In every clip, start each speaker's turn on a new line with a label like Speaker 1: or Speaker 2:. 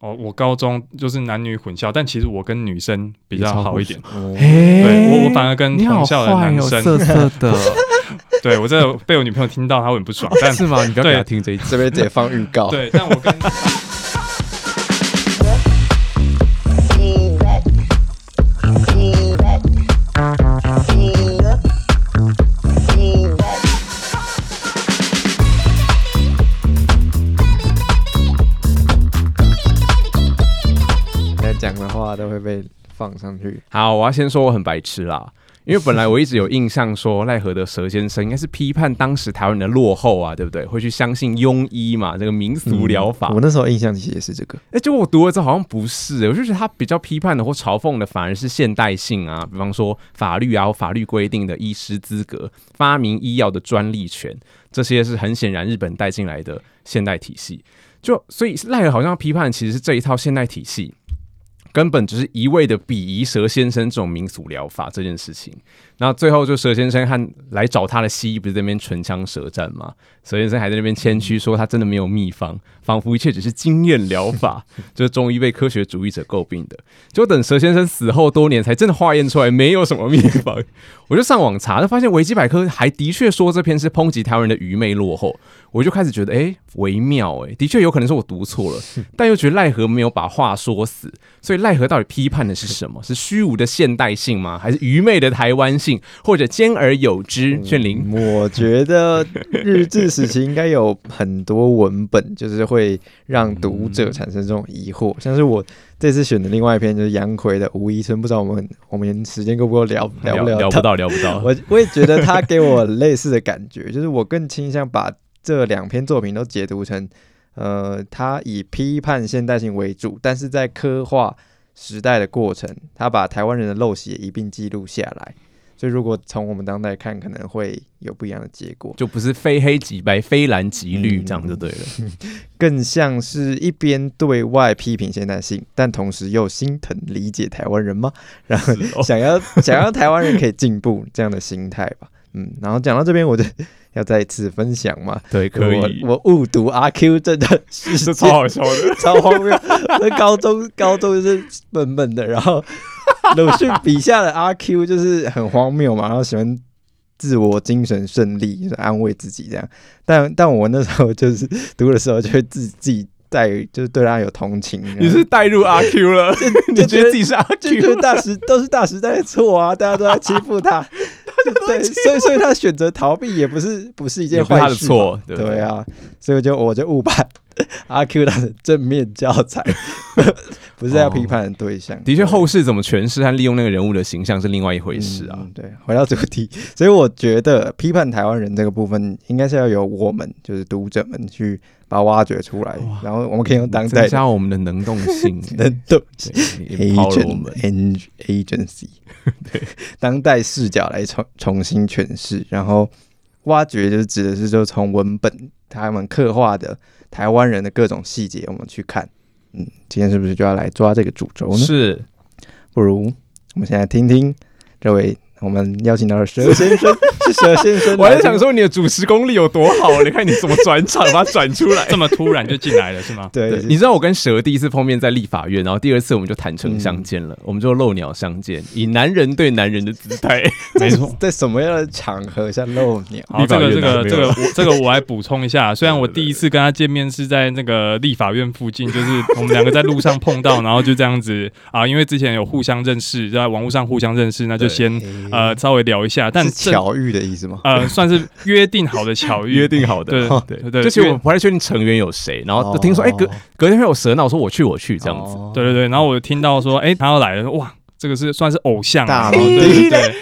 Speaker 1: 哦，我高中就是男女混校，但其实我跟女生比较好一点。
Speaker 2: 哦
Speaker 1: 对
Speaker 3: 对
Speaker 1: 我，我反而跟同校的男生，
Speaker 3: 涩涩的，
Speaker 1: 对我这被我女朋友听到，她会很不爽。但
Speaker 3: 是吗？你不要给他
Speaker 1: 对
Speaker 3: 听这一集。
Speaker 2: 这边直接放预告。
Speaker 1: 对，但我跟
Speaker 2: 他讲的话都会被放上去。
Speaker 3: 好，我要先说我很白痴啦，因为本来我一直有印象说赖和德蛇先生应该是批判当时台湾的落后啊，对不对？会去相信庸医嘛，这个民俗
Speaker 2: 嗯
Speaker 3: 疗法。
Speaker 2: 我那时候印象其实也是这个。
Speaker 3: 哎、结果我读了之后好像不是、我就觉得他比较批判的或嘲讽的反而是现代性啊，比方说法律啊、或法律规定的医师资格、发明医药的专利权，这些是很显然日本带进来的现代体系。就所以赖尔好像批判的其实是这一套现代体系。根本只是一味的鄙夷蛇先生这种民俗疗法这件事情，然后最后就蛇先生和来找他的西医不是在那边唇枪舌战吗？蛇先生还在那边谦虚说他真的没有秘 方，仿佛一切只是经验疗法，就是中医被科学主义者诟病的。就等蛇先生死后多年才真的化验出来没有什么秘 方，我就上网查，就发现维基百科还的确说这篇是抨击台湾人的愚昧落后，我就开始觉得哎、诶微妙哎、诶的确有可能是我读错 了，但又觉得奈何没有把话说死，所以奈何到底批判的是什么？是虚无的现代性吗？还是愚昧的台湾性，或者兼而有
Speaker 2: 嗯
Speaker 3: 之？炫灵。
Speaker 2: 我觉得日治时期应该有很多文本，就是会让读者产生这种疑惑。
Speaker 3: 嗯
Speaker 2: 像是我这次选的另外一篇就是杨奎的《吴医生》，不知道我们我们时间够不够聊聊不
Speaker 3: 聊
Speaker 2: 聊
Speaker 3: 不
Speaker 2: 到？
Speaker 3: 到，聊不 到。
Speaker 2: 我我也觉得他给我类似的感觉，就是我更倾向把这两篇作品都解读成，呃，他以批判现代性为主，但是在刻画时代的过程，他把台湾人的陋习也一并记录下来。所以如果从我们当代看，可能会有不一样的结果，
Speaker 3: 就不是非黑即白、非蓝即
Speaker 2: 嗯
Speaker 3: 绿，这样就对了。
Speaker 2: 更像是一边对外批评现代性，但同时又心疼理解台湾人吗？然后
Speaker 3: 是哦
Speaker 2: 想要想要台湾人可以进步这样的心态吧。嗯，然后讲到这边，我就要再一次分享嘛，
Speaker 3: 对，可以，
Speaker 2: 我我误读阿 Q 真的是
Speaker 3: 超好笑的。
Speaker 2: 超荒谬。那高中高中就是笨笨的，然后鲁迅笔下的阿 Q 就是很荒谬嘛，然后喜欢自我精神胜利，就是安慰自己这样。但但我那时候就是读的时候，就会自自己带，就是对他有同情。然后
Speaker 3: 你是带入阿 Q 了， 你觉得自己是阿
Speaker 2: 就就是
Speaker 3: Q？
Speaker 2: 大时都是大时代的错啊，大家都在欺负他，对，所以所以他选择逃避也不是不是一
Speaker 3: 也
Speaker 2: 件
Speaker 3: 不是
Speaker 2: 坏
Speaker 3: 他
Speaker 2: 事
Speaker 3: 的
Speaker 2: 嘛
Speaker 3: 错，对不
Speaker 2: 对
Speaker 3: 对？
Speaker 2: 啊，所以我就我就误把阿 Q 当成正面教材， 不是要批判的对象。
Speaker 3: 哦的确，后
Speaker 2: 世
Speaker 3: 世怎么诠释和利用那个人物的形象是另外一回事啊。
Speaker 2: 嗯对，回到主题，所以我觉得批判台湾人这个部分，应该是要由我们就是读者们去把它挖掘出来，然后我们可以用当代
Speaker 3: 增
Speaker 2: 的
Speaker 3: 加我们的能动 性，
Speaker 2: 能动
Speaker 3: 对你抛了我
Speaker 2: agent
Speaker 3: 们。
Speaker 2: and agency，对，当代视角来重重新诠释，然后挖掘就是指的是就从文本他们刻画的台湾人的各种细节，我们去看。嗯，今天是不是就要来抓这个主轴呢？
Speaker 3: 是，
Speaker 2: 不如我们现在听听这位我们邀请到的蛇先 生，是蛇先生来听。
Speaker 3: 我还在想说你的主持功力有多好，你看你怎么转场把它转出来。
Speaker 1: 这么突然就进来了是吗？
Speaker 2: 对，
Speaker 3: 对，
Speaker 2: 是
Speaker 3: 你知道我跟蛇第一次碰面在立法院，然后第二次我们就坦诚
Speaker 2: 嗯
Speaker 3: 相见了，我们就露鸟相见，以男人对男人的姿态。
Speaker 1: 没错。
Speaker 2: 在什么样的场合下露鸟？
Speaker 1: 好，这个
Speaker 3: 立
Speaker 1: 这
Speaker 3: 法
Speaker 1: 个这
Speaker 3: 院啊没
Speaker 1: 个
Speaker 3: 有
Speaker 1: 我这个我来补充一 下，虽然我第一次跟他见面是在那个立法院附近，就是我们两个在路上碰到，然后就这样子啊，因为之前有互相认识，在网络上互相认识，那就
Speaker 3: 对哎
Speaker 1: 先
Speaker 2: 诶
Speaker 1: 呃稍微聊一下，但
Speaker 2: 是
Speaker 1: 这
Speaker 2: 巧遇的意思吗？
Speaker 1: 呃算是约定好的巧遇，
Speaker 3: 约定好的，哦
Speaker 1: 对
Speaker 3: 对
Speaker 1: 对
Speaker 3: 对，
Speaker 1: 对
Speaker 3: 就其实
Speaker 1: 因
Speaker 3: 我
Speaker 1: 为
Speaker 3: 不太确定成员有谁，然后就听说，
Speaker 2: 哦
Speaker 3: 哎、隔隔天会有蛇，那我说我去我去这样子，
Speaker 2: 哦
Speaker 1: 对对对，然后我听到说，哎、他要来了，哇，这个是算是偶像
Speaker 2: 大
Speaker 1: 啊，
Speaker 2: 佬
Speaker 1: 然后对对对，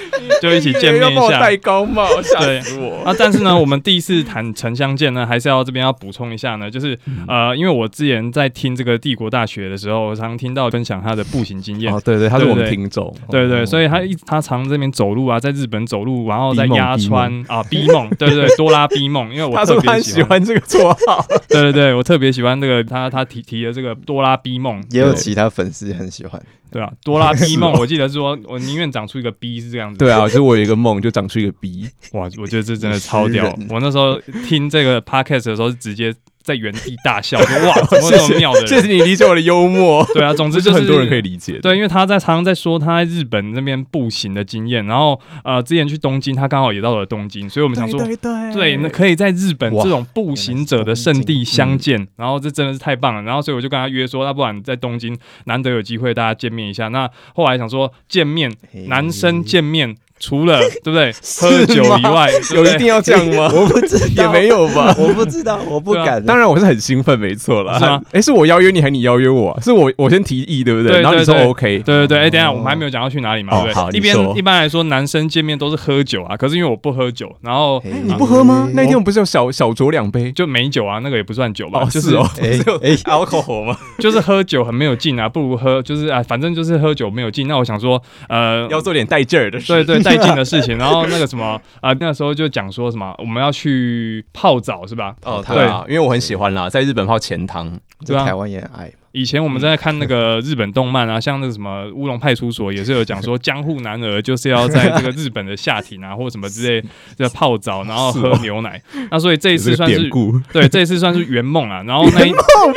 Speaker 1: 就一起见面一下。
Speaker 3: 高 帽，吓
Speaker 1: 对
Speaker 3: 死我！
Speaker 1: 啊，但是呢，我们第一次坦诚相见呢，还是要这边要补充一下呢，就是呃，因为我之前在听这个帝国大学的时候，我常听到分享他的步行经验，
Speaker 3: 哦，对对，他是
Speaker 1: 对
Speaker 3: 我们
Speaker 1: 对
Speaker 3: 听众，
Speaker 1: 对对，
Speaker 3: 哦
Speaker 1: 所以他一他常这边走路啊，在日本走路，然后在
Speaker 3: B 梦
Speaker 1: 鸭
Speaker 3: B
Speaker 1: 川啊，B 梦，对对对，多拉 B 梦，因为我
Speaker 3: 哦他
Speaker 1: 特
Speaker 3: 说他
Speaker 1: 别
Speaker 3: 很
Speaker 1: 喜
Speaker 3: 喜
Speaker 1: 欢，
Speaker 3: 欢这个绰 号，
Speaker 1: 对对对，我特别喜欢这个他他提提的这个多拉 B 梦，
Speaker 2: 也有
Speaker 1: 对
Speaker 2: 其他粉丝很喜欢。
Speaker 1: 对啊，多拉 B
Speaker 3: 哦
Speaker 1: 梦，我记得是说我宁愿长出一个 B 是这样子，
Speaker 3: 对啊，就是我有一个梦，就长出一个鼻，
Speaker 1: 哇，我觉得这真的超
Speaker 2: 诗
Speaker 1: 屌
Speaker 2: 人！
Speaker 1: 我那时候听这个 podcast 的时候，是直接在原地大 笑，说哇，怎么这么妙的人？
Speaker 3: 谢谢你理解我的幽默。
Speaker 1: 对啊，总之
Speaker 3: 这
Speaker 1: 就是
Speaker 3: 是很多人可以理解。，
Speaker 1: 对，因为他在常常在说他在日本那边步行的经验，然后呃，之前去东京，他刚好也到了东京，所以我们想说，对
Speaker 3: 嗯
Speaker 1: 那可以在日本
Speaker 3: 哇
Speaker 1: 这种步行者的圣地相见，然后这真的是太棒了。然后所以我就跟他约说，那不然在东京难得有机会大家见面一下。那后来想说见面，男生见面。除了对不对，喝酒以 外，对不
Speaker 3: 有
Speaker 1: 对
Speaker 3: 一定要这样吗？
Speaker 2: 我不知道，
Speaker 3: 也没有吧。
Speaker 2: 我不知道，我不
Speaker 1: 对啊
Speaker 2: 敢。
Speaker 3: 当然我是很兴奋，没错啦。
Speaker 1: 是吗
Speaker 3: 哎，是我邀约你，还是你邀约我啊？是我我先提议，对不
Speaker 1: 对
Speaker 3: 然后你
Speaker 1: 对
Speaker 3: 说
Speaker 1: 对
Speaker 3: OK，
Speaker 1: 对对对，哎、等一下，
Speaker 2: 哦
Speaker 1: 我们还没有讲要去哪里嘛，
Speaker 3: 哦
Speaker 1: 对不
Speaker 3: 好
Speaker 1: 对？
Speaker 3: 你
Speaker 1: 一
Speaker 3: 说
Speaker 1: 边一般来说，男生见面都是喝酒啊，可是因为我不喝酒，然后
Speaker 2: 嘿，哦
Speaker 3: 你不喝
Speaker 1: 嗯
Speaker 3: 吗？那一天我们不是有小小酌两杯？
Speaker 1: 就美酒啊，那个也不算酒吧，
Speaker 3: 哦，
Speaker 1: 就是
Speaker 3: 哦，
Speaker 2: 哎
Speaker 3: 是有
Speaker 2: 哎
Speaker 3: alcohol 吗？
Speaker 1: 就是喝酒很没有劲啊，不如喝就是啊，反正就是喝酒没有劲。那我想说，呃，
Speaker 3: 要做点带劲儿的事。
Speaker 1: 对对带劲的事情。然后那个什么啊、那时候就讲说什么我们要去泡澡是吧？
Speaker 3: 哦，
Speaker 2: 对
Speaker 3: 对啊，因为我很喜欢啦，在日本泡钱汤，
Speaker 2: 这
Speaker 1: 对啊
Speaker 2: 台湾也嗯很爱嘛，
Speaker 1: 以前我们在看那个日本动漫啊，像那个什么《乌龙派出所》也是有讲 说，江户男儿就是要在这个日本的下庭啊，或什么之类的泡澡，然后
Speaker 2: 哦
Speaker 1: 喝牛奶。那所以这一次
Speaker 3: 是
Speaker 1: 算是
Speaker 3: 典故。
Speaker 1: 对，这一次算是圆梦啊。然后那一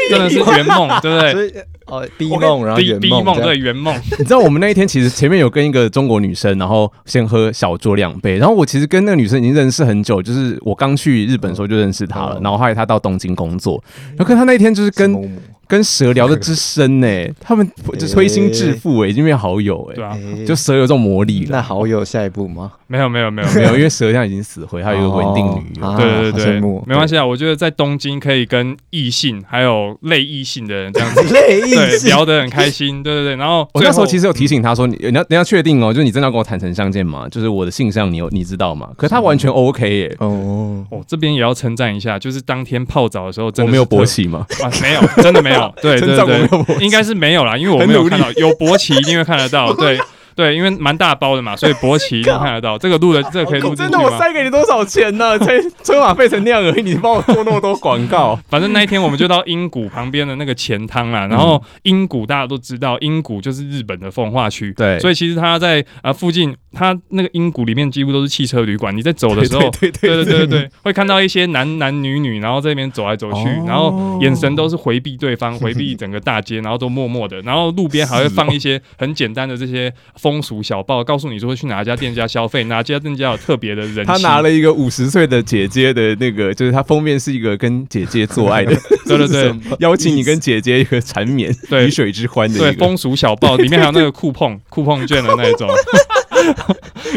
Speaker 1: 真的是圆梦，对不对？
Speaker 2: 所以哦，逼梦，然后
Speaker 1: 逼
Speaker 2: 圆
Speaker 1: 逼梦
Speaker 2: 这
Speaker 1: 对
Speaker 2: 样
Speaker 1: 圆梦，
Speaker 3: 你知道我们那一天其实前面有跟一个中国女生，然后先喝小酌两杯，然后我其实跟那个女生已经认识很久，就是我刚去日本的时候就认识她了，
Speaker 2: 哦
Speaker 3: 然后后来她到东京工作，然后看她那一天就是
Speaker 2: 什
Speaker 3: 跟
Speaker 2: 么舞
Speaker 3: 跟蛇聊的之深呢、哎他 们就推心置腹哎、已经变好友哎、
Speaker 1: 对啊，
Speaker 2: 哎
Speaker 3: 就蛇有这种魔力了。
Speaker 2: 那好友下一步 吗？
Speaker 1: 没有没有没有
Speaker 3: 没有，因为蛇现在已经死灰，他有一个稳定女友。
Speaker 2: 哦啊
Speaker 1: 对对
Speaker 2: 好
Speaker 1: 对
Speaker 2: 羡慕，
Speaker 1: 没关系啊。我觉得在东京可以跟异性还有类异性的人这样子
Speaker 2: 累
Speaker 1: 对
Speaker 2: 死
Speaker 1: 聊得很开心，对对对。然后
Speaker 3: 我
Speaker 1: 最
Speaker 3: 那时候
Speaker 1: 后
Speaker 3: 其实有提醒他说，你你要你要确定哦，就是你真的要跟我坦诚相见吗？就是我的性向你有你知道吗？可是他完全 OK 耶、
Speaker 2: 哦，
Speaker 1: 哦，这边也要称赞一下，就是当天泡澡的时候真
Speaker 3: 我
Speaker 1: 的
Speaker 3: 没有勃
Speaker 1: 起
Speaker 3: 起吗？
Speaker 1: 啊，没有，真的没 有，对
Speaker 3: 称
Speaker 1: 对
Speaker 3: 赞我
Speaker 1: 对
Speaker 3: 没有勃
Speaker 1: 对，
Speaker 3: 起
Speaker 1: 应该是没有啦，因为我
Speaker 3: 很
Speaker 1: 没有
Speaker 3: 努
Speaker 1: 看到有勃起一定会看得到，对。对，因为蛮大包的嘛，所以勃起一定看得到。这个录的，这个可以录进去吗？，
Speaker 3: 给你多少钱呢、 才车马费成那样而已，你帮我做那么多广告
Speaker 1: 反正那一天我们就到英谷旁边的那个钱汤啦，然后英谷大家都知道，英谷就是日本的风化区，
Speaker 3: 对
Speaker 1: 所以其实它在呃附近，它那个英谷里面几乎都是汽车旅馆，你在走的时候，
Speaker 3: 对
Speaker 1: 对
Speaker 3: 对
Speaker 1: 对对对，会看到一些男男女女，然后在那边走来走去，
Speaker 3: 哦
Speaker 1: 然后眼神都是回避对方，回避整个大街，然后都默默的，然后路边还会放一些很简单的这些风俗小报，告诉你说去哪家店家消费，哪家店家有特别的人气，
Speaker 3: 他拿了一个五十岁的姐姐的那个，就是他封面是一个跟姐姐做爱的，
Speaker 1: 对对对
Speaker 3: 是什么，邀请你跟姐姐一个缠绵
Speaker 1: 对
Speaker 3: 鱼水之欢的
Speaker 1: 对
Speaker 3: 一个，
Speaker 1: 风俗小报里面还有那个酷碰 酷碰券的那一种。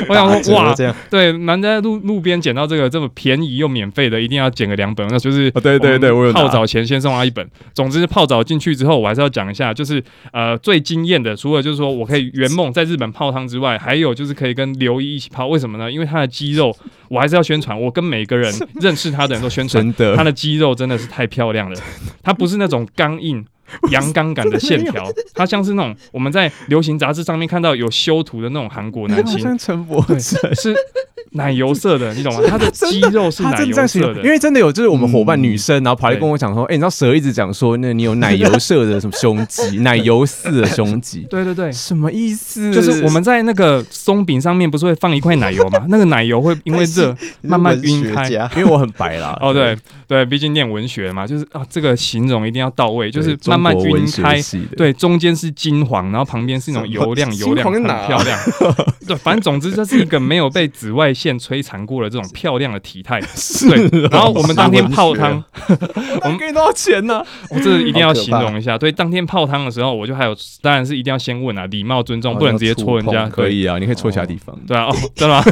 Speaker 1: 我
Speaker 2: 打
Speaker 1: 想
Speaker 2: 折
Speaker 1: 说，哇，
Speaker 2: 这样
Speaker 1: 对，难在路路边捡到这个这么便宜又免费的，一定要捡个两本，那就是
Speaker 3: 哦对对对
Speaker 1: 们
Speaker 3: 我有拿
Speaker 1: 泡澡前先送他一本。总之，泡澡进去之后，我还是要讲一下，就是呃最惊艳的，除了就是说我可以圆梦在日本泡汤之外，还有就是可以跟刘一一起泡，为什么呢？因为他的肌肉，我还是要宣传，我跟每个人认识他的人都宣传
Speaker 3: 真，的
Speaker 1: 他的肌肉真的是太漂亮了，他不是那种刚 硬。阳刚感的线条，他像是那种我们在流行杂志上面看到有修图的那种韩国男
Speaker 3: 好
Speaker 1: 星，
Speaker 3: 像陈柏诚。
Speaker 1: 是奶油色的，你懂吗？它的肌肉是
Speaker 3: 他
Speaker 1: 奶
Speaker 3: 正
Speaker 1: 油
Speaker 3: 在形
Speaker 1: 色
Speaker 3: 容，
Speaker 1: 的，嗯
Speaker 3: 因为真的有，就是我们伙伴女生，然后跑来
Speaker 1: 对
Speaker 3: 跟我讲说，哎、你知道蛇一直讲说，那你有奶油色的什么胸 肌，奶油似的胸肌，
Speaker 1: 对对对。
Speaker 3: 什么意思？
Speaker 1: 就是我们在那个松饼上面不是会放一块奶油 吗？那个奶油会因为热慢慢晕开
Speaker 2: 你是文学。 家
Speaker 3: 因为我很白啦。
Speaker 1: 哦，对对，毕竟念文学嘛，就是啊，这个形容一定要到位，就是慢慢晕开。
Speaker 3: 对，
Speaker 1: 对，中间是金黄，然后旁边是那种油亮
Speaker 3: 什
Speaker 1: 油
Speaker 3: 么
Speaker 1: 亮，
Speaker 3: 金黄在
Speaker 1: 很
Speaker 3: 哪啊
Speaker 1: 漂 亮。对，反正总之这是一个没有被紫外线摧残过的这种漂亮的体 态。
Speaker 3: 啊
Speaker 1: 对，然后我们当天泡汤，
Speaker 3: 我们给你多少钱呢？
Speaker 1: 我这一定要形
Speaker 2: 好可
Speaker 1: 容一下。对，当天泡汤的时候，我就还有，当然是一定要先问啊，礼貌尊重，
Speaker 2: 哦
Speaker 1: 不能直接戳人
Speaker 2: 要
Speaker 1: 家。
Speaker 2: 触碰
Speaker 3: 可
Speaker 1: 对，
Speaker 3: 以啊，你可以戳其他地方。
Speaker 1: 对啊，哦，真的吗？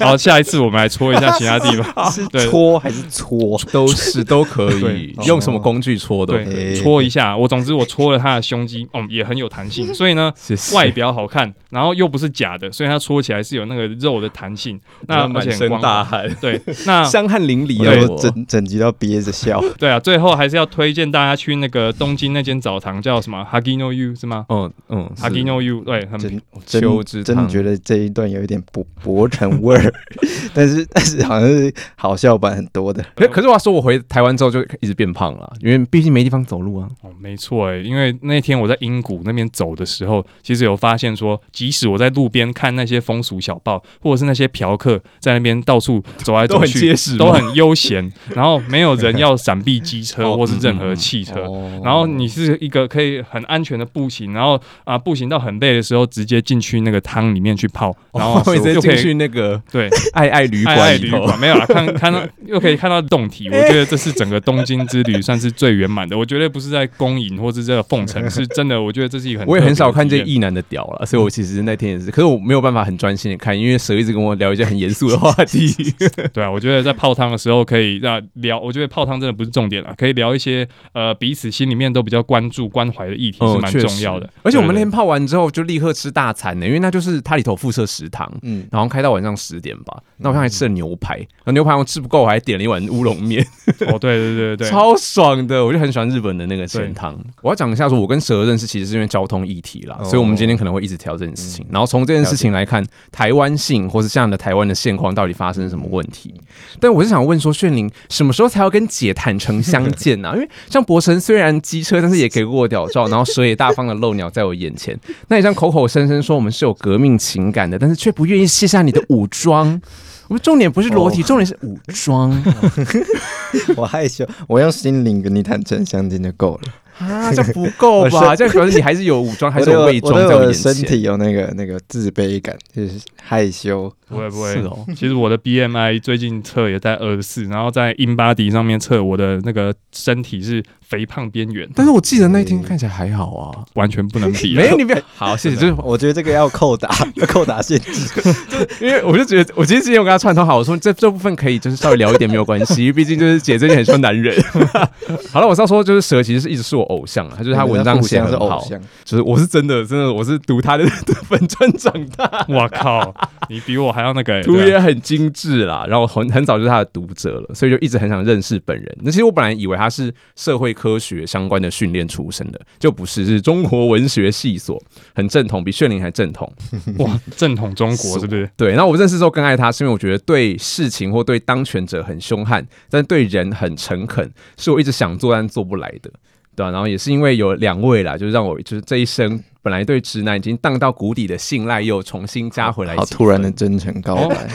Speaker 1: 好，下一次我们来戳一下其他地 方。
Speaker 2: 是
Speaker 1: 对
Speaker 2: 搓还是搓？
Speaker 3: 都是都可以
Speaker 1: 对
Speaker 3: 用什么工具戳都可以。
Speaker 1: 对，戳一下。我总之我戳了他的胸肌，哦，也很有弹性，所以呢，
Speaker 3: 谢谢
Speaker 1: 外表好看，然后又不是假的，所以它戳起来是有那个肉的弹性，那而
Speaker 3: 满
Speaker 1: 且很
Speaker 3: 身
Speaker 1: 光
Speaker 3: 大
Speaker 1: 滑。啊
Speaker 3: 汗，
Speaker 1: 对，那
Speaker 3: 香汗淋
Speaker 2: 我
Speaker 3: 漓啊！
Speaker 2: 都
Speaker 3: 我
Speaker 2: 整整集都要憋着笑。
Speaker 1: 对啊，最后还是要推荐大家去那个东京那间澡堂，叫什么 Hagino U 是吗
Speaker 3: 嗯嗯，是
Speaker 1: ？Hagino U 对，很
Speaker 2: 真
Speaker 3: 秋
Speaker 2: 真
Speaker 3: 之
Speaker 2: 真
Speaker 3: 汤
Speaker 2: 的觉得这一段有一点薄薄成味儿， 但是但是好像是好笑版很多的。
Speaker 3: 可可是我要说，我回台湾之后就一直变胖了，因为毕竟没地方走路啊。
Speaker 1: 哦，没错诶、因为那天我在英谷那边走的时候，其实有发现说，即使我在路边看那些风俗小报，或者是那些嫖客在那边到处走来
Speaker 3: 都
Speaker 1: 走
Speaker 3: 很
Speaker 1: 去
Speaker 3: 结，实吗，
Speaker 1: 都很悠闲，然后没有人要闪避 机车
Speaker 3: 哦
Speaker 1: 或是任
Speaker 3: 嗯嗯
Speaker 1: 何
Speaker 3: 嗯
Speaker 1: 汽车，
Speaker 2: 哦
Speaker 1: 然后你是一个可以很安全的步行，然后啊、步行到很累的时候，直接进去那个汤里面去泡，然后
Speaker 3: 会哦直接
Speaker 1: 就可
Speaker 3: 进
Speaker 1: 以
Speaker 3: 去那个
Speaker 1: 对
Speaker 3: 爱爱旅
Speaker 1: 哦爱爱
Speaker 3: 馆里哎
Speaker 1: 旅
Speaker 3: 头。
Speaker 1: 馆没有 啦，看看到又可以看到动体，我觉得这是整个东京之旅算是最圆满的。我绝对不是在公营或是这个奉 承，是真的，我嗯觉得这是一个很
Speaker 3: 我也很少看见
Speaker 1: 一
Speaker 3: 异男的屌了，所以我其实那天也是，可是我没有办法很专心的看，因为蛇一直跟我聊一些很严肃的话 题。
Speaker 1: 对啊，我觉得在泡汤的时候可以让聊，我觉得泡汤真的不是重点啦，可以聊一些呃彼此心里面都比较关注关怀的议题是蛮
Speaker 3: 哦确
Speaker 1: 重
Speaker 3: 实
Speaker 1: 要的。
Speaker 3: 而且我们那
Speaker 1: 对对
Speaker 3: 天泡完之后就立刻吃大餐呢、欸因为那就是它里头附设食堂，
Speaker 2: 嗯，
Speaker 3: 然后开到晚上十点吧。那我上还吃了牛排，然后牛排我吃不够，我还点了一碗乌龙面，
Speaker 1: 对哦，对对对对对，
Speaker 3: 超爽的。我就很喜欢日本的那个咸汤。我要讲一下，说我跟蛇的认识其实是因为交通议题啦，
Speaker 2: 哦
Speaker 3: 所以我们今天可能会一直调这件事情。然后从这件事情来看，台湾性或是现在的台湾的现况到底发生什么问题？但我是想问说，炫灵什么时候才要跟姐坦诚相见 呢、啊？因为像博神虽然机车，但是也给过我屌 照，然后蛇也大方的露鸟在我眼前。那你这样口口声声说我们是有革命情感的，但是却不愿意卸下你的武装。我们重点不是裸体，重点是武装
Speaker 2: 我害羞，我用心灵跟你坦诚相见就够了。
Speaker 3: 啊！这样不够 吧？这样表示你还是有武装，还
Speaker 2: 我
Speaker 3: 是
Speaker 2: 对
Speaker 3: 有
Speaker 2: 我
Speaker 3: 伪
Speaker 2: 我
Speaker 3: 装
Speaker 2: 对
Speaker 3: 在
Speaker 2: 我
Speaker 3: 眼
Speaker 2: 的身
Speaker 3: 前。
Speaker 2: 体有那个那个自卑感，就是害羞。
Speaker 1: 不会不
Speaker 3: 是
Speaker 1: 会。
Speaker 3: 哦，
Speaker 1: 其实我的 BMI 最近测也在二十四，然后在 InBody 上面测我的那个身体是肥胖边缘，
Speaker 3: 但是我记得那一天看起来还好啊。
Speaker 1: 完全不能比啊。
Speaker 3: 没有，你别 好，谢谢。就是
Speaker 2: 我觉得这个要 扣打，要扣打限制。
Speaker 3: 因为我就觉得，我其实之前我跟他串通好，我说这这部分可以就是稍微聊一点没有关系，因 为毕竟就是姐最近很喜欢男人。好了，我是要说，就是蛇其实是一直是我偶像啊，他就是他文章写得
Speaker 2: 是
Speaker 3: 很
Speaker 2: 偶
Speaker 3: 好，
Speaker 2: 像，
Speaker 3: 就是我是真的真的我是读他的 粉专长大，
Speaker 1: 我靠，你比我还要那 个欸、
Speaker 3: 图
Speaker 1: 对啊
Speaker 3: 也很精致啦，然后很很早就是他的读者了，所以就一直很想认识本人。那其实我本来以为他是社会科学相关的训练出身的，就不是，是中国文学系所，很正统，比炫灵还正统。
Speaker 1: 哇，正统中国是不是？
Speaker 3: 对，那我认识之后更爱他，是因为我觉得对事情或对当权者很凶悍，但对人很诚恳，是我一直想做但做不来的，对吧、啊然后也是因为有两位啦，就是让我就是这一生本来对直男已经荡到谷底的信赖，又重新加回来
Speaker 2: 好
Speaker 3: 几
Speaker 2: 突然的
Speaker 3: 分，
Speaker 2: 真诚告白。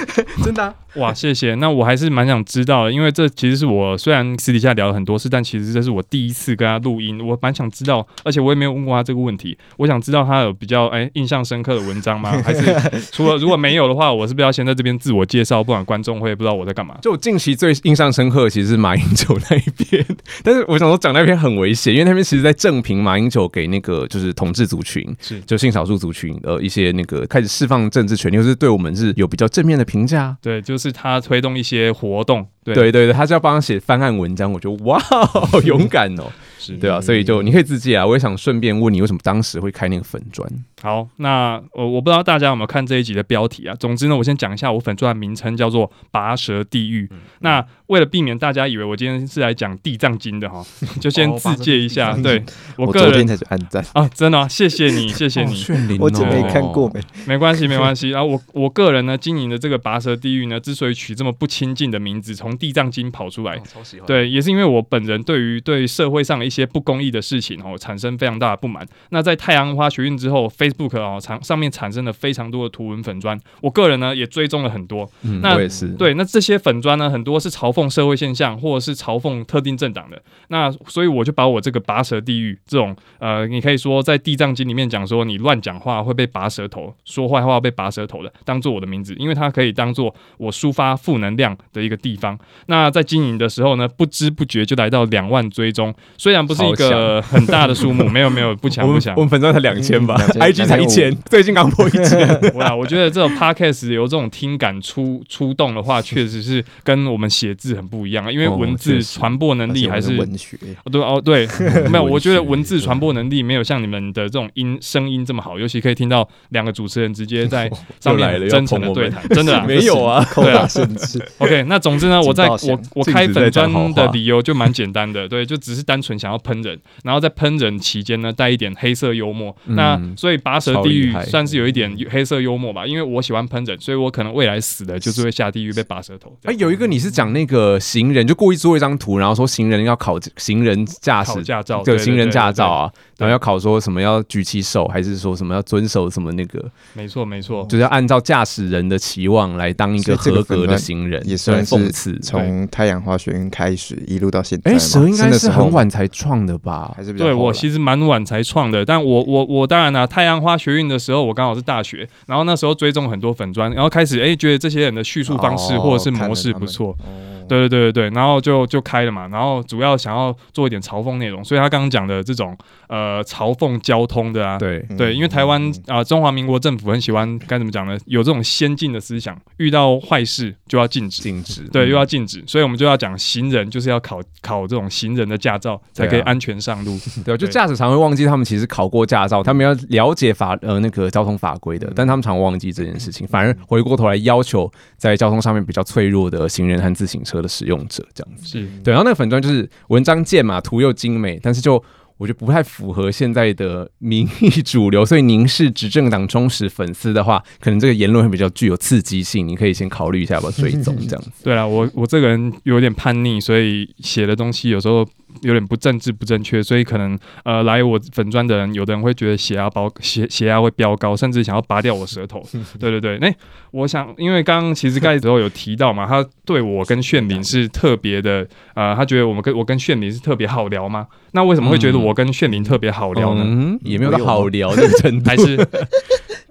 Speaker 3: 真的啊、
Speaker 1: 哇，谢谢。那我还是蛮想知道的，因为这其实是我虽然私底下聊了很多事，但其实这是我第一次跟他录音，我蛮想知道，而且我也没有问过他这个问题。我想知道他有比较哎、印象深刻的文 章吗？还是除了如果没有的话，我是不是要先在这边自我介绍，不然观众会不知道我在干嘛？
Speaker 3: 就我近期最印象深刻的其实是马英九那一边，但是我想说讲那边很危险，因为那边其实在正评马英九给那个就是统治族群，
Speaker 1: 是
Speaker 3: 就性少数族群呃一些那个开始释放政治权利，或是对我们是有比较正面的评价啊。
Speaker 1: 对，就是他推动一些活动，对，
Speaker 3: 对对对，他是要帮他写翻案文章，我觉得哇，好勇敢哦，
Speaker 1: 是
Speaker 3: 对啊，所以就你可以自己啊，我也想顺便问你，为什么当时会开那个粉砖？
Speaker 1: 好，那呃，我不知道大家有没有看这一集的标题啊。总之呢，我先讲一下我粉钻的名称叫做“拔舌地狱”
Speaker 2: 嗯
Speaker 1: 那为了避免大家以为我今天是来讲《地藏经》的哈，就先
Speaker 3: 哦拔
Speaker 1: 自
Speaker 3: 舌
Speaker 1: 介一下。
Speaker 2: 地藏经
Speaker 1: 对我
Speaker 2: 我哦
Speaker 1: 个
Speaker 2: 昨天
Speaker 1: 人
Speaker 2: 才去按赞，
Speaker 1: 啊，真的、啊，谢谢你，谢 谢你。
Speaker 3: 炫灵
Speaker 2: 我真没看过没。
Speaker 1: 没关系，没关系。然后我我个人呢，经营的这个拔舌地狱呢，之所以取这么不亲近的名字，从《地藏经》跑出来，
Speaker 3: 哦超喜欢，
Speaker 1: 对，也是因为我本人对于对社会上的一些不公义的事情哦，产生非常大的不满。那在太阳花学运之后，Facebook 哦产上面产生了非常多的图文粉砖，我个人呢也追踪了很多。
Speaker 3: 嗯，
Speaker 1: 那
Speaker 3: 我也是，
Speaker 1: 对，那这些粉砖呢，很多是嘲讽社会现象，或者是嘲讽特定政党的。那所以我就把我这个拔舌地狱这种，呃，你可以说在《地藏经》里面讲说你乱讲话会被拔舌头，说坏话被拔舌头的，当做我的名字，因为它可以当做我抒发负能量的一个地方。那在经营的时候呢，不知不觉就来到两万追踪，虽然不是一个很大的数目，没有没有，不强
Speaker 3: 我
Speaker 1: 不
Speaker 3: 们
Speaker 1: 强
Speaker 3: 我。们粉砖才两千吧
Speaker 2: 嗯
Speaker 3: ，IG 才一千，
Speaker 2: 2500
Speaker 3: 最近刚破一千，
Speaker 1: 哇，我觉得这种 podcast 有这种听感出出动的话，确实是跟我们写字很不一样啊，因为
Speaker 3: 哦
Speaker 1: 文
Speaker 3: 确
Speaker 1: 字
Speaker 3: 实
Speaker 1: 传播能力还
Speaker 2: 而且我
Speaker 1: 是。
Speaker 2: 文学，
Speaker 1: 哦对哦， 对，没有，我觉得
Speaker 3: 文学
Speaker 1: 文字传播能力没有像你们的这种音声音这么好，尤其可以听到两个主持人直接在上
Speaker 3: 又来了
Speaker 1: 面
Speaker 3: 又
Speaker 1: 真诚
Speaker 3: 捧
Speaker 1: 的
Speaker 3: 我
Speaker 1: 对
Speaker 3: 们
Speaker 1: 谈，真的 啊
Speaker 3: 没有 啊，
Speaker 2: 扣打限 制。
Speaker 1: OK，那总之呢，我在
Speaker 2: 警报响
Speaker 1: 我我
Speaker 3: 禁
Speaker 1: 开
Speaker 3: 止
Speaker 1: 粉
Speaker 3: 再讲
Speaker 1: 砖
Speaker 3: 好话
Speaker 1: 的理由就蛮简单的，
Speaker 3: 嗯
Speaker 1: 对，就只是单纯想要喷人，然后在喷人期间呢，带一点黑色幽默。那所以拔拔舌
Speaker 3: 超
Speaker 1: 地
Speaker 3: 厉
Speaker 1: 狱
Speaker 3: 害
Speaker 1: 算是有一点黑色幽默吧，因为我喜欢喷人，所以我可能未来死的就是会下地狱被拔舌头。
Speaker 3: 哎、有一个你是讲那个行人，就故意做一张图，然后说行人要考行人驾
Speaker 1: 考
Speaker 3: 驶
Speaker 1: 驾照，
Speaker 3: 对
Speaker 1: 对
Speaker 3: 行人驾照，
Speaker 1: 对对对
Speaker 3: 啊，然后要考说什么要举起手，还是说什么要遵守什么那个，
Speaker 1: 没错没错，
Speaker 3: 就是要按照驾驶人的期望来当一
Speaker 2: 所
Speaker 3: 个
Speaker 2: 以这个
Speaker 3: 合格
Speaker 2: 粉
Speaker 3: 的
Speaker 2: 砖
Speaker 3: 行人，
Speaker 2: 也算
Speaker 3: 对讽
Speaker 2: 是
Speaker 3: 刺。
Speaker 2: 从太阳花学运开始一路到现在
Speaker 3: 哎、
Speaker 2: 嘛，
Speaker 3: 蛇应
Speaker 2: 生
Speaker 3: 该
Speaker 2: 的
Speaker 3: 是
Speaker 2: 时候
Speaker 3: 很晚才创的吧？
Speaker 2: 还是比较
Speaker 1: 对
Speaker 2: 后
Speaker 1: 我
Speaker 2: 来
Speaker 1: 其实蛮晚才创的，但我我我当然啦、太阳花学运的时候，我刚好是大学，然后那时候追踪很多粉砖，然后开始哎、觉得这些人的叙述方式
Speaker 2: 哦
Speaker 1: 或者是
Speaker 2: 看
Speaker 1: 模
Speaker 2: 了
Speaker 1: 式
Speaker 2: 他
Speaker 1: 不
Speaker 2: 们
Speaker 1: 错，
Speaker 2: 哦
Speaker 1: 对对对对对，然后就就开了嘛，然后主要想要做一点嘲讽内容，所以他刚刚讲的这种呃嘲讽交通的啊，
Speaker 3: 对，
Speaker 1: 对，因为台湾
Speaker 2: 嗯
Speaker 1: 啊、中华民国政府很喜欢该怎么讲呢？有这种先进的思想，遇到坏事就要禁止。
Speaker 3: 禁止。
Speaker 1: 对，又
Speaker 3: 嗯
Speaker 1: 要禁止，所以我们就要讲行人，就是要考考这种行人的驾照，才可以
Speaker 3: 对啊
Speaker 1: 安全上路。
Speaker 3: 对啊，就
Speaker 1: 对
Speaker 3: 驾驶常会忘记他们其实考过驾照，他们要了解法呃那个交通法规的
Speaker 2: 嗯，
Speaker 3: 但他们常忘记这件事情，反而回过头来要求在交通上面比较脆弱的行人和自行车的使用者这样子。
Speaker 1: 是，
Speaker 3: 对，然后那个粉砖就是文章健嘛，图又精美，但是就。我觉得不太符合现在的民意主流，所以您是执政党忠实粉丝的话，可能这个言论会比较具有刺激性，你可以先考虑一下吧，追踪这样子。
Speaker 1: 对啦，我我这个人有点叛逆，所以写的东西有时候有点不政治不正确，所以可能呃来我粉砖的人，有的人会觉得血压包血血压会飙高，甚至想要拔掉我舌头。对对对，那、我想，因为刚刚其实盖子候有提到嘛，他对我跟炫敏是特别的，呃，他觉得我们跟我跟炫敏是特别好聊吗？那为什么会觉得我跟炫敏特别好聊呢？
Speaker 3: 嗯，也没有到好聊的程度，
Speaker 1: 还是